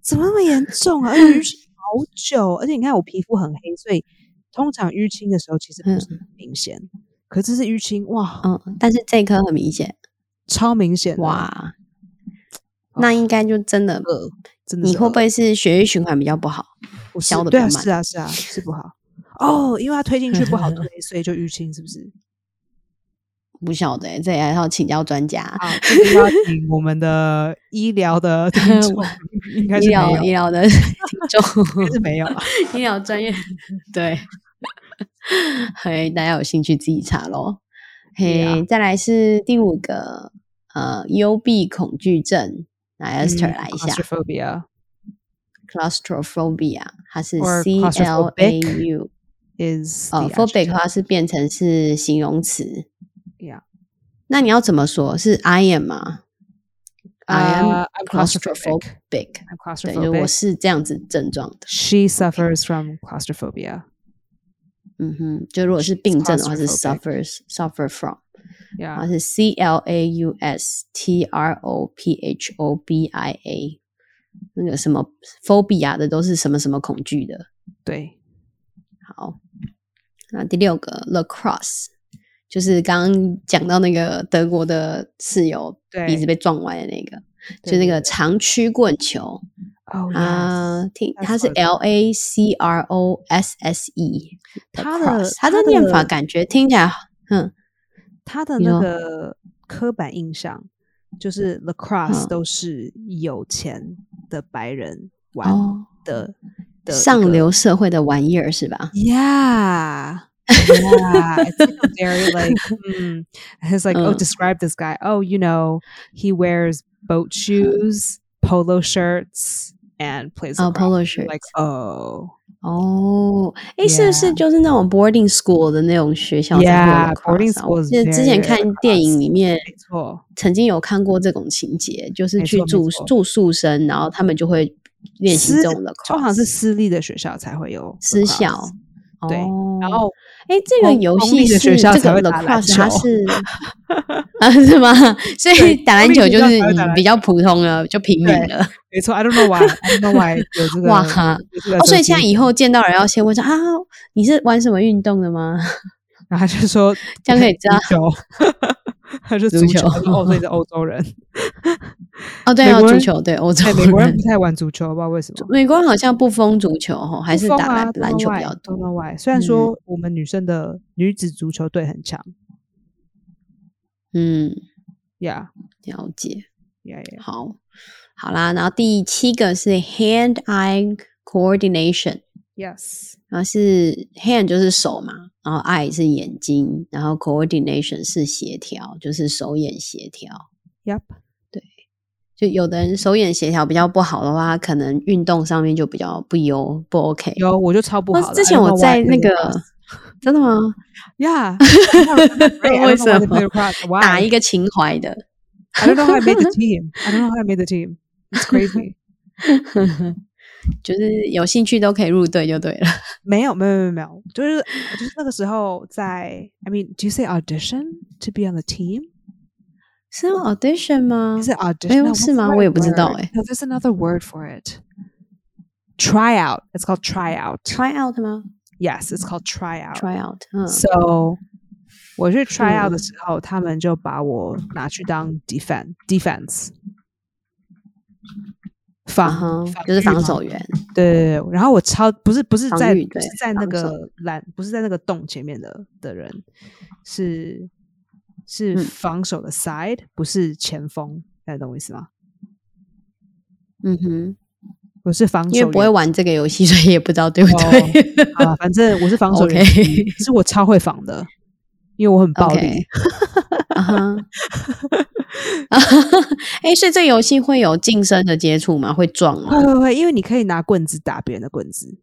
Speaker 1: 怎么那么严重啊？而且淤 青好久，而且你看我皮肤很黑，所以通常淤青的时候其实不是很明显，可这是淤青哇，
Speaker 2: 嗯，但是这颗很明显，
Speaker 1: 超明显的，
Speaker 2: 哇，那应该就真的
Speaker 1: 呃，真的
Speaker 2: 你
Speaker 1: 是
Speaker 2: 会不
Speaker 1: 呃
Speaker 2: 会是血液循环比较不好？
Speaker 1: 不是
Speaker 2: 消得比
Speaker 1: 对
Speaker 2: 较
Speaker 1: 啊，
Speaker 2: 慢
Speaker 1: 是啊，是啊，是不好哦，因为它推进去不 好推，所以就淤青是不是？
Speaker 2: 不晓得欸、这也要请教专家。
Speaker 1: 好，这个要请我们的医疗的听众， 应该
Speaker 2: 医
Speaker 1: 是没有
Speaker 2: 疗，医疗的听
Speaker 1: 应
Speaker 2: 众
Speaker 1: 该，是 没有啊。
Speaker 2: 医疗专业， 对，嘿，大家有兴趣自己查咯。嘿
Speaker 1: Yeah
Speaker 2: 再来是第五个，呃，幽闭恐惧症，来 Esther
Speaker 1: 嗯
Speaker 2: 来一下、
Speaker 1: claustrophobia
Speaker 2: claustrophobia，它是
Speaker 1: Or
Speaker 2: C L A
Speaker 1: claustrophobic
Speaker 2: U，
Speaker 1: is
Speaker 2: 呃
Speaker 1: the adjective
Speaker 2: ，phobic 的话是啊变成是形容词，
Speaker 1: Yeah.
Speaker 2: 那你要怎么说？是 I am 吗？I am
Speaker 1: Uh, I'm claustrophobic.
Speaker 2: claustrophobic。
Speaker 1: I'm
Speaker 2: 对，就是我
Speaker 1: claustrophobic.
Speaker 2: 是这样子症状的。
Speaker 1: She suffers from claustrophobia.
Speaker 2: 嗯哼，就如果是病症的话是
Speaker 1: claustrophobic
Speaker 2: suffers suffer from，然
Speaker 1: Yeah.
Speaker 2: 后啊是 C L A U S T R O P H O B I A，那个什么 phobia 的都是什么什么恐惧的。
Speaker 1: 对
Speaker 2: 好，那第六个 lacrosse，就是刚刚讲到那个德国的室友
Speaker 1: 对
Speaker 2: 鼻子被撞歪的那个，
Speaker 1: 对
Speaker 2: 就那
Speaker 1: 对
Speaker 2: 个
Speaker 1: 对
Speaker 2: 长曲棍球
Speaker 1: 哦呀，
Speaker 2: 啊，听
Speaker 1: ，that's
Speaker 2: 它是
Speaker 1: what I
Speaker 2: L A C R O S S E，
Speaker 1: 它的
Speaker 2: cross
Speaker 1: 它
Speaker 2: 它的念
Speaker 1: 的
Speaker 2: 法感觉听起来，嗯，
Speaker 1: 他的
Speaker 2: 你
Speaker 1: 那
Speaker 2: 说
Speaker 1: 个刻板印象就是 lacrosse
Speaker 2: 嗯
Speaker 1: 都是有钱的白人玩
Speaker 2: 哦，
Speaker 1: 的的一
Speaker 2: 上
Speaker 1: 个
Speaker 2: 流社会的玩意儿是吧？
Speaker 1: Yeah. yeah, it's like a very like, mm. it's like, oh,
Speaker 2: Uh.
Speaker 1: describe this guy. Oh, you know, he wears boat shoes, polo shirts, and plays.
Speaker 2: 哦
Speaker 1: lacrosse."
Speaker 2: ，polo shirt，
Speaker 1: Like, oh,
Speaker 2: 哦，哎，是不是就是那种 boarding school 的那种学校才会有
Speaker 1: Yeah, boarding
Speaker 2: lacrosse 啊
Speaker 1: school
Speaker 2: 我
Speaker 1: is
Speaker 2: 记得之前
Speaker 1: very
Speaker 2: 看电影
Speaker 1: lacrosse
Speaker 2: 里面
Speaker 1: 没错，
Speaker 2: 曾经有看过这种情节，就是
Speaker 1: 没
Speaker 2: 去
Speaker 1: 错没
Speaker 2: 住
Speaker 1: 错
Speaker 2: 住宿生，然后他们就会练习
Speaker 1: 私
Speaker 2: 这种的，
Speaker 1: 通常是私立的学校才会有
Speaker 2: 私
Speaker 1: lacrosse
Speaker 2: 校。
Speaker 1: 对
Speaker 2: 哦
Speaker 1: 然后
Speaker 2: 哎，这个
Speaker 1: 公
Speaker 2: 游
Speaker 1: 公
Speaker 2: 戏
Speaker 1: 立
Speaker 2: 是
Speaker 1: 的学校
Speaker 2: 这
Speaker 1: 才
Speaker 2: 个
Speaker 1: 会打篮
Speaker 2: lacrosse 它
Speaker 1: 球
Speaker 2: 是啊，是吗？所以
Speaker 1: 对
Speaker 2: 打篮
Speaker 1: 公立
Speaker 2: 球
Speaker 1: 学
Speaker 2: 就
Speaker 1: 校
Speaker 2: 是
Speaker 1: 才会打
Speaker 2: 嗯
Speaker 1: 篮
Speaker 2: 比较普通了，就平民
Speaker 1: 对
Speaker 2: 了。
Speaker 1: 没错，I don't know why, I don't know why 有这个
Speaker 2: 哇哈！哦，所以现在以后见到人要先问说啊，你是玩什么运动的吗？
Speaker 1: 然后他就说
Speaker 2: 这样可以知道足
Speaker 1: 足球，他是足球，
Speaker 2: 球。
Speaker 1: 哦，所以是欧洲人。
Speaker 2: 哦，对
Speaker 1: 美
Speaker 2: 哦，
Speaker 1: 国
Speaker 2: 足
Speaker 1: 人
Speaker 2: 球对欧洲
Speaker 1: 对，美国人
Speaker 2: 人
Speaker 1: 不，太玩足球，不知道为什么。
Speaker 2: 美国人好像不封足球哦，还
Speaker 1: 不
Speaker 2: 是
Speaker 1: 疯
Speaker 2: 打
Speaker 1: 啊
Speaker 2: 篮篮球比较多。。
Speaker 1: 东外，虽然说我们女生的女子足球队很强
Speaker 2: 嗯，
Speaker 1: ，Yeah
Speaker 2: 了解。
Speaker 1: Yeah Yeah，
Speaker 2: 好，好啦，然后第七个是 hand-eye coordination，
Speaker 1: Yes，
Speaker 2: 然后是 hand 就是手嘛，然后 eye 是眼睛，然后 coordination 是协调，就是手眼协调。
Speaker 1: Yep，
Speaker 2: 就有的人手眼协调比较不好的话，可能运动上面就比较不优不 OK。
Speaker 1: 有我就超不
Speaker 2: 哦
Speaker 1: 好的。
Speaker 2: 之
Speaker 1: I
Speaker 2: 前
Speaker 1: don't
Speaker 2: 我
Speaker 1: know why
Speaker 2: 在
Speaker 1: I play
Speaker 2: 那 个
Speaker 1: lacrosse.，
Speaker 2: 真的吗？
Speaker 1: Yeah，
Speaker 2: 为 什么 打一
Speaker 1: 个
Speaker 2: 个情怀的？
Speaker 1: ？I don't know how I made the team. I don't know how I made the team. It's crazy.
Speaker 2: 就是有兴趣都可以入队就对了。
Speaker 1: 没有没有没有没有，就是就是那个时候在。I mean, do you say audition to be on the team?
Speaker 2: 是用 audition 吗
Speaker 1: Is it audition?
Speaker 2: 没有
Speaker 1: No, what's
Speaker 2: 哎是
Speaker 1: the
Speaker 2: 吗
Speaker 1: right
Speaker 2: 我也不知道
Speaker 1: word?
Speaker 2: 欸
Speaker 1: No, there's another word for it. Tryout. It's called tryout.
Speaker 2: ？try out 吗
Speaker 1: Yes, it's called tryout.
Speaker 2: ？try out，嗯
Speaker 1: So 我去 tryout 的
Speaker 2: 嗯
Speaker 1: 时候，他们就把我拿去当 defense defense
Speaker 2: 啊
Speaker 1: 防、
Speaker 2: 哈，就是
Speaker 1: 御
Speaker 2: 防
Speaker 1: 吗
Speaker 2: 守员。
Speaker 1: 对对对，然后我超不是不是
Speaker 2: 防
Speaker 1: 在
Speaker 2: 御
Speaker 1: 不是
Speaker 2: 对
Speaker 1: 在那
Speaker 2: 防守
Speaker 1: 个栏，不是在那个洞前面的的人，是是
Speaker 2: 嗯
Speaker 1: 防守的 side，、不是前锋，大家懂我意思吗？
Speaker 2: 嗯哼，
Speaker 1: 我是防守员，
Speaker 2: 因为不会玩这个游戏，所以也不知道对不对。
Speaker 1: 啊，反正我是防守员
Speaker 2: OK
Speaker 1: 是我超会防的，因为我很
Speaker 2: 哦
Speaker 1: 暴力。
Speaker 2: OK，啊哈， 啊哈，哎，所以这个游戏会有近身的接触吗？会撞吗
Speaker 1: 会？会会，因为你可以拿棍子打别人的棍子，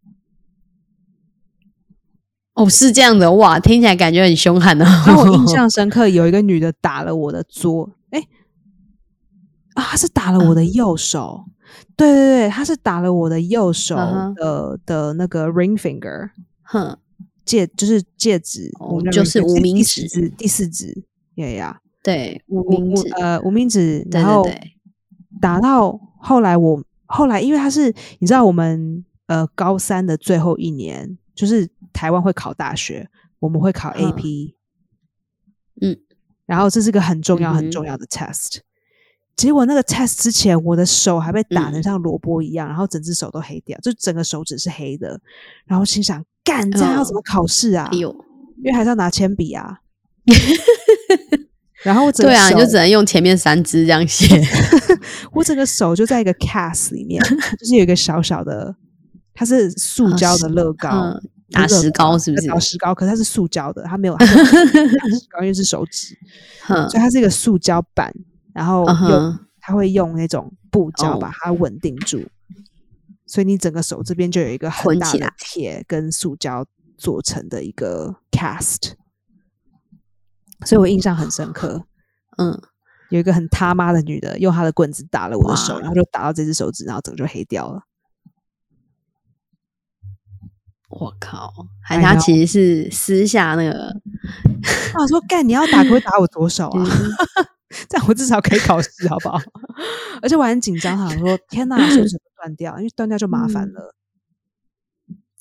Speaker 2: 哦，是这样的，哇，听起来感觉很凶悍哦。
Speaker 1: 然后我印象深刻，有一个女的打了我的桌，哎、啊，她是打了我的
Speaker 2: 嗯
Speaker 1: 右手，对对对，她是打了我的右手
Speaker 2: 嗯哼
Speaker 1: 的、的那个 ring finger
Speaker 2: 哼，
Speaker 1: 戒，就是戒指，
Speaker 2: 哦
Speaker 1: 我们的
Speaker 2: 就
Speaker 1: ring
Speaker 2: 是
Speaker 1: finger，
Speaker 2: 无
Speaker 1: 第
Speaker 2: 名
Speaker 1: 第四
Speaker 2: 指
Speaker 1: 指，第四指，呀呀，
Speaker 2: 对，无
Speaker 1: 无
Speaker 2: 名
Speaker 1: 无
Speaker 2: 指，
Speaker 1: 呃无名指，
Speaker 2: 对
Speaker 1: 然后
Speaker 2: 对对，
Speaker 1: 打到后来我后来，因为他是你知道我们呃高三的最后一年，就是台湾会考大学，我们会考
Speaker 2: 嗯
Speaker 1: AP，
Speaker 2: 嗯，
Speaker 1: 然后这是个很重要
Speaker 2: 嗯哼
Speaker 1: 很重要的 test。结果那个 test 之前，我的手还被打
Speaker 2: 嗯
Speaker 1: 得像萝卜一样，然后整只手都黑掉，就整个手指是黑的。然后心想，干这样要怎么考试啊？
Speaker 2: 哎呦，
Speaker 1: 因为还是要拿铅笔 啊。然后我整个
Speaker 2: 对啊，你就
Speaker 1: 手
Speaker 2: 只能用前面三只 这样写。
Speaker 1: 我整个手就在一个 cast 里 面，就是有一个小小的，它是塑
Speaker 2: 啊
Speaker 1: 胶
Speaker 2: 是
Speaker 1: 的乐高，
Speaker 2: 嗯
Speaker 1: 不是乐
Speaker 2: 打石膏是不
Speaker 1: 呃
Speaker 2: 是
Speaker 1: 打石膏，可是它是塑胶的，它没有它 没有打石膏，因为是手指，
Speaker 2: 哼
Speaker 1: 所以它是一个塑胶板，然后
Speaker 2: 嗯
Speaker 1: 用、
Speaker 2: 哼，
Speaker 1: 它会用那种布胶
Speaker 2: 哦
Speaker 1: 把它稳定住，所以你整个手这边就有一个很
Speaker 2: 捆
Speaker 1: 大
Speaker 2: 起
Speaker 1: 的
Speaker 2: 来
Speaker 1: 铁跟塑胶做成的一个 cast，所以我印象很深刻。
Speaker 2: 嗯，
Speaker 1: 有一个很他妈的女的用她的棍子打了我的手，
Speaker 2: 哇
Speaker 1: 然后就打到这只手指，然后整个就黑掉了。
Speaker 2: 我靠，还
Speaker 1: I
Speaker 2: 是他
Speaker 1: know
Speaker 2: 其实是私下那个，
Speaker 1: 我想说，干你要打，可不可以打我左手啊
Speaker 2: 就？是
Speaker 1: 这样我至少可以考试，好不 好？而且我还很紧张，想说天哪，手指会断掉，因为断掉就麻烦
Speaker 2: 嗯
Speaker 1: 了，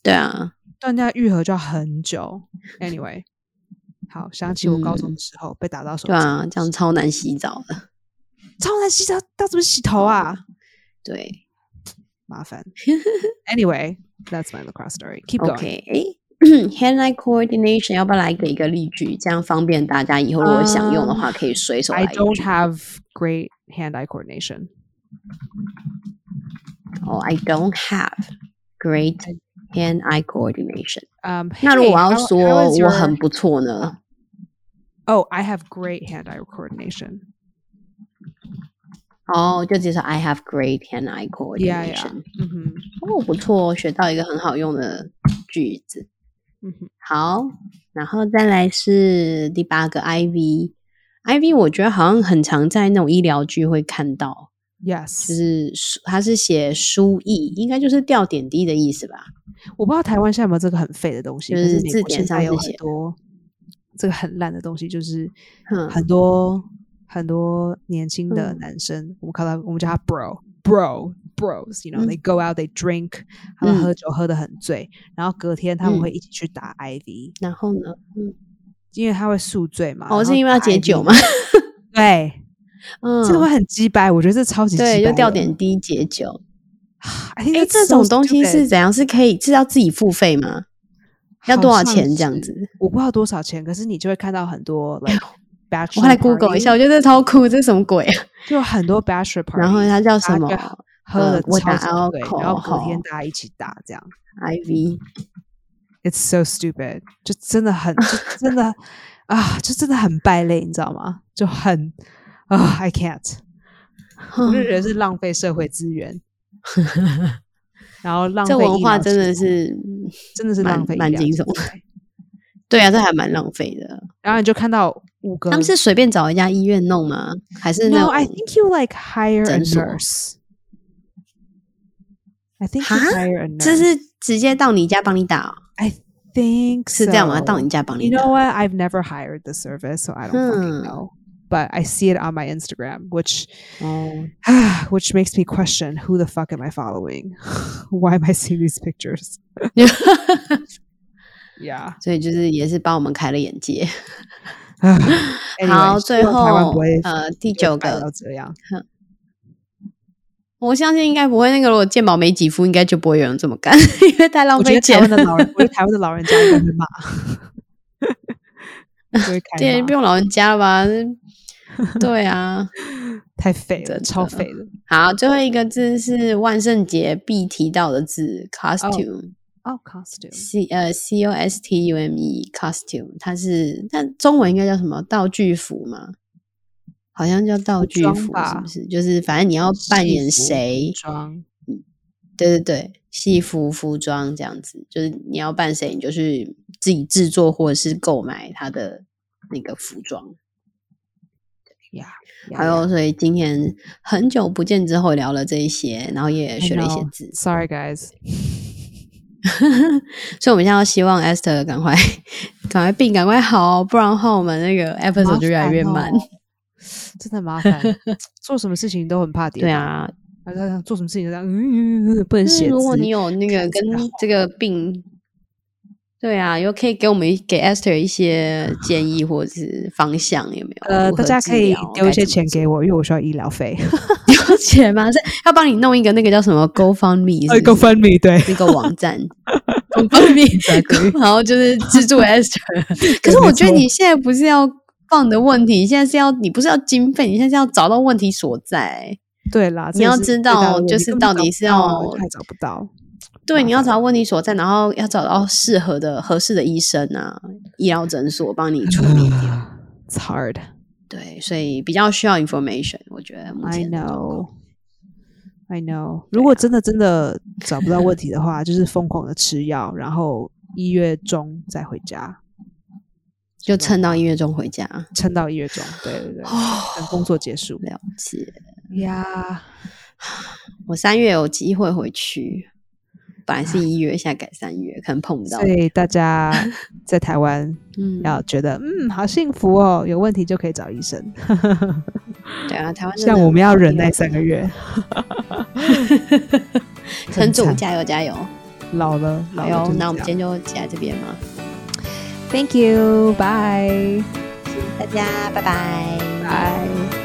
Speaker 2: 对啊，啊
Speaker 1: 嗯断掉愈合就要很久。Anyway，好，想起我高中
Speaker 2: 嗯
Speaker 1: 的时候被打到手
Speaker 2: 对
Speaker 1: 指，
Speaker 2: 啊，这样超难洗澡的。
Speaker 1: 超难洗澡，到怎么洗头啊？
Speaker 2: 对
Speaker 1: 麻 烦。anyway, that's my lacrosse story. Keep going.
Speaker 2: ，OK，诶 hand-eye coordination 要不要来给一个例句，这样方便大家以后如果想用的话，可以随手
Speaker 1: 嗯
Speaker 2: 来
Speaker 1: I
Speaker 2: 一
Speaker 1: don't
Speaker 2: 句。
Speaker 1: have great hand-eye coordination.
Speaker 2: 哦，I don't have great hand-eye coordination。
Speaker 1: Um,
Speaker 2: 那如果
Speaker 1: hey,
Speaker 2: 我要
Speaker 1: how-
Speaker 2: 说
Speaker 1: how is
Speaker 2: 我
Speaker 1: your-
Speaker 2: 很不错呢？
Speaker 1: Oh, I have great hand-eye coordination.
Speaker 2: 哦，就只是 I have great
Speaker 1: Yeah,
Speaker 2: hand-eye
Speaker 1: yeah.
Speaker 2: coordination。
Speaker 1: 嗯
Speaker 2: 哦，不错哦，学到一个很好用的句子。
Speaker 1: 哼，嗯哼，
Speaker 2: 好，然后再来是第八个 IV。IV 我觉得好像很常在那种医疗剧会看到，
Speaker 1: Yes，
Speaker 2: 就是输它是写输液，应该就是吊点滴的意思吧？
Speaker 1: 我不知道台湾现在有没有这个很废的东西，
Speaker 2: 就
Speaker 1: 可
Speaker 2: 是
Speaker 1: 美
Speaker 2: 字
Speaker 1: 国
Speaker 2: 典
Speaker 1: 现在
Speaker 2: 上
Speaker 1: 有
Speaker 2: 是
Speaker 1: 很
Speaker 2: 写的
Speaker 1: 多这个很烂的东西，就是
Speaker 2: 嗯
Speaker 1: 很多、很多年轻的
Speaker 2: 嗯
Speaker 1: 男生，我们看到我们叫他 bro bro bros，you
Speaker 2: 嗯
Speaker 1: know，they、go out they drink，他们
Speaker 2: 嗯
Speaker 1: 喝酒喝得很醉，然后隔天他们
Speaker 2: 嗯
Speaker 1: 会一起去打 IV，、
Speaker 2: 然后呢？嗯，
Speaker 1: 因为他会宿醉嘛。
Speaker 2: 哦，
Speaker 1: 然后
Speaker 2: 是因为要
Speaker 1: 打
Speaker 2: 解
Speaker 1: IV
Speaker 2: 酒嘛？？
Speaker 1: 对，
Speaker 2: 嗯，
Speaker 1: 这个会很鸡掰，我觉得这超级
Speaker 2: 对，
Speaker 1: 鸡
Speaker 2: 就
Speaker 1: 掰
Speaker 2: 吊
Speaker 1: 的。
Speaker 2: 点滴解酒。
Speaker 1: 哎，
Speaker 2: 哎，这种东西是怎样？是可以是要自己付费吗？要多少钱这样？
Speaker 1: 好像是
Speaker 2: 子？
Speaker 1: 我不知道多少钱，可是你就会看到很 多 like。
Speaker 2: 我后来 Google 一下，我觉得这超酷，这是什么鬼？
Speaker 1: 就有很多 bachelor party，
Speaker 2: 然后它叫
Speaker 1: 大
Speaker 2: 什
Speaker 1: 家
Speaker 2: 么
Speaker 1: 就喝
Speaker 2: 呃
Speaker 1: 了
Speaker 2: 我
Speaker 1: 超
Speaker 2: 打
Speaker 1: 级醉，然后隔天
Speaker 2: alcohol
Speaker 1: 大家一起打，这样
Speaker 2: ？IV
Speaker 1: it's so stupid，就真的很， 就真的啊，就真的很败类，你知道吗？就很啊，I can't，我
Speaker 2: 嗯
Speaker 1: 就觉得是浪费社会资源，然后浪费
Speaker 2: 这文化
Speaker 1: 医疗嗯
Speaker 2: 真的
Speaker 1: 资源
Speaker 2: 是，
Speaker 1: 真的是浪
Speaker 2: 蛮
Speaker 1: 费医
Speaker 2: 蛮
Speaker 1: 疗
Speaker 2: 惊
Speaker 1: 资
Speaker 2: 悚
Speaker 1: 源。
Speaker 2: 对啊，这还蛮浪费的。
Speaker 1: 然后你就看到五个，
Speaker 2: 他们是随便找一家医院弄吗？还是那
Speaker 1: 嗯 No, 哎
Speaker 2: 种
Speaker 1: I think you like hire a
Speaker 2: 诊所
Speaker 1: nurse. I think you
Speaker 2: 哈
Speaker 1: hire a nurse.
Speaker 2: 这是直接到你家帮你打哦、
Speaker 1: I think
Speaker 2: 是这样吗？
Speaker 1: so.
Speaker 2: 到你家帮
Speaker 1: You
Speaker 2: 你打
Speaker 1: know what? I've never hired the service, so I don't fucking
Speaker 2: Hmm.
Speaker 1: know. But I see it on my Instagram, which
Speaker 2: 哦，
Speaker 1: which makes me question who the fuck am I following? Why am I seeing these pictures? Yeah.
Speaker 2: 所以就是也是帮我们开了眼界。
Speaker 1: anyway,
Speaker 2: 好，最
Speaker 1: 希望台湾
Speaker 2: 后
Speaker 1: 不会
Speaker 2: 呃第九
Speaker 1: 败到
Speaker 2: 个，
Speaker 1: 这样。
Speaker 2: 我相信应该不会。那个如果健保没几副，应该就不会有人这么干， 因为太浪
Speaker 1: 我觉
Speaker 2: 费
Speaker 1: 得台
Speaker 2: 钱
Speaker 1: 湾
Speaker 2: 了。
Speaker 1: 的老人，我觉得台湾的老人家应该会 骂，就会
Speaker 2: 这也
Speaker 1: 开
Speaker 2: 不
Speaker 1: 骂，
Speaker 2: 用老人家 了吧？对啊，
Speaker 1: 太废了，
Speaker 2: 真的
Speaker 1: 超废的。
Speaker 2: 好，最后一个字是万圣节必提到的字，costume。
Speaker 1: 哦，costume，
Speaker 2: C 呃 C O S T U M E costume，它是那中文应该叫什么道具服吗？好像叫道具
Speaker 1: 装
Speaker 2: 服，是
Speaker 1: 吧
Speaker 2: 不是？就是反正你要扮
Speaker 1: 戏
Speaker 2: 演
Speaker 1: 服
Speaker 2: 谁，
Speaker 1: 装
Speaker 2: 对对对，戏服、服装这样子，就是你要扮谁，你就去自己制作或者是购买他的那个服装。
Speaker 1: 呀，
Speaker 2: 还有，所以今天很久不见之后聊了这一些，然后也学了一些字，
Speaker 1: Sorry, guys.
Speaker 2: 所以我们现在要希望 Esther 赶快 赶快病赶快好哦，不然的话我们那个 episode 就越来越
Speaker 1: 麻烦
Speaker 2: 慢。
Speaker 1: 哦 真的很麻烦。做什么事情都很怕跌倒。
Speaker 2: 对，啊，
Speaker 1: 他他做什么事情都这样，嗯，嗯嗯嗯不能
Speaker 2: 就是
Speaker 1: 写字。
Speaker 2: 如果你有那个
Speaker 1: 看起来
Speaker 2: 跟
Speaker 1: 好
Speaker 2: 这个病，对啊，有可以给我们给 Esther 一些建议或者是方向，有没有？
Speaker 1: 呃，
Speaker 2: 如
Speaker 1: 大
Speaker 2: 何
Speaker 1: 家
Speaker 2: 治
Speaker 1: 可以
Speaker 2: 疗
Speaker 1: 丢一些，
Speaker 2: 该
Speaker 1: 钱给我，因为我需要医疗费。
Speaker 2: 怎么做 丢钱吗？是要帮你弄一个那个叫什么 GoFundMe 是不是
Speaker 1: 分米，Oh, 对
Speaker 2: 那个网 站
Speaker 1: 啊
Speaker 2: GoFundMe，然后 就是资助 Esther。可是
Speaker 1: 没
Speaker 2: 我觉得
Speaker 1: 错
Speaker 2: 你现在不是要放的问题，你现在是要你不是要经费，你现在是要找到问题所在。
Speaker 1: 对啦，这
Speaker 2: 你
Speaker 1: 也
Speaker 2: 要
Speaker 1: 是
Speaker 2: 知
Speaker 1: 最大的
Speaker 2: 道
Speaker 1: 问
Speaker 2: 就
Speaker 1: 题
Speaker 2: 是
Speaker 1: 根本
Speaker 2: 到
Speaker 1: 找
Speaker 2: 底
Speaker 1: 不
Speaker 2: 是
Speaker 1: 到啊
Speaker 2: 要
Speaker 1: 还找不到。
Speaker 2: 对，
Speaker 1: 麻
Speaker 2: 你要
Speaker 1: 烦
Speaker 2: 找到问题所在，然后要找到适合的、合适的医生啊，医疗诊所帮你处理
Speaker 1: 嗯
Speaker 2: 掉。
Speaker 1: It's hard.
Speaker 2: 对，所以比较需要 information，我觉得目
Speaker 1: I
Speaker 2: 前的状况啊
Speaker 1: know. I know。如果真的真的找不到问题的话，就是疯狂的吃药，然后一月中再回家，
Speaker 2: 就哦趁到一月中回家。了
Speaker 1: 撑到一月中。对对对，等工作结束。
Speaker 2: 解，
Speaker 1: 呀，
Speaker 2: 我三月有机会回去，本来是一月，现在改三月，可能碰不到
Speaker 1: 所。以大家在台湾
Speaker 2: 嗯，
Speaker 1: 要觉得嗯，好幸福哦，有问题就可以找医生，
Speaker 2: 对啊，台湾真的
Speaker 1: 像我们要忍
Speaker 2: 没
Speaker 1: 耐
Speaker 2: 有
Speaker 1: 三个月，
Speaker 2: 撑住，
Speaker 1: 很惨
Speaker 2: 加油加油！
Speaker 1: 老了，老
Speaker 2: 好
Speaker 1: 了
Speaker 2: 哟
Speaker 1: 就，是
Speaker 2: 哎那我们
Speaker 1: 这样
Speaker 2: 今天就写在这边吗？
Speaker 1: Thank you，拜
Speaker 2: 大家拜拜。
Speaker 1: 拜。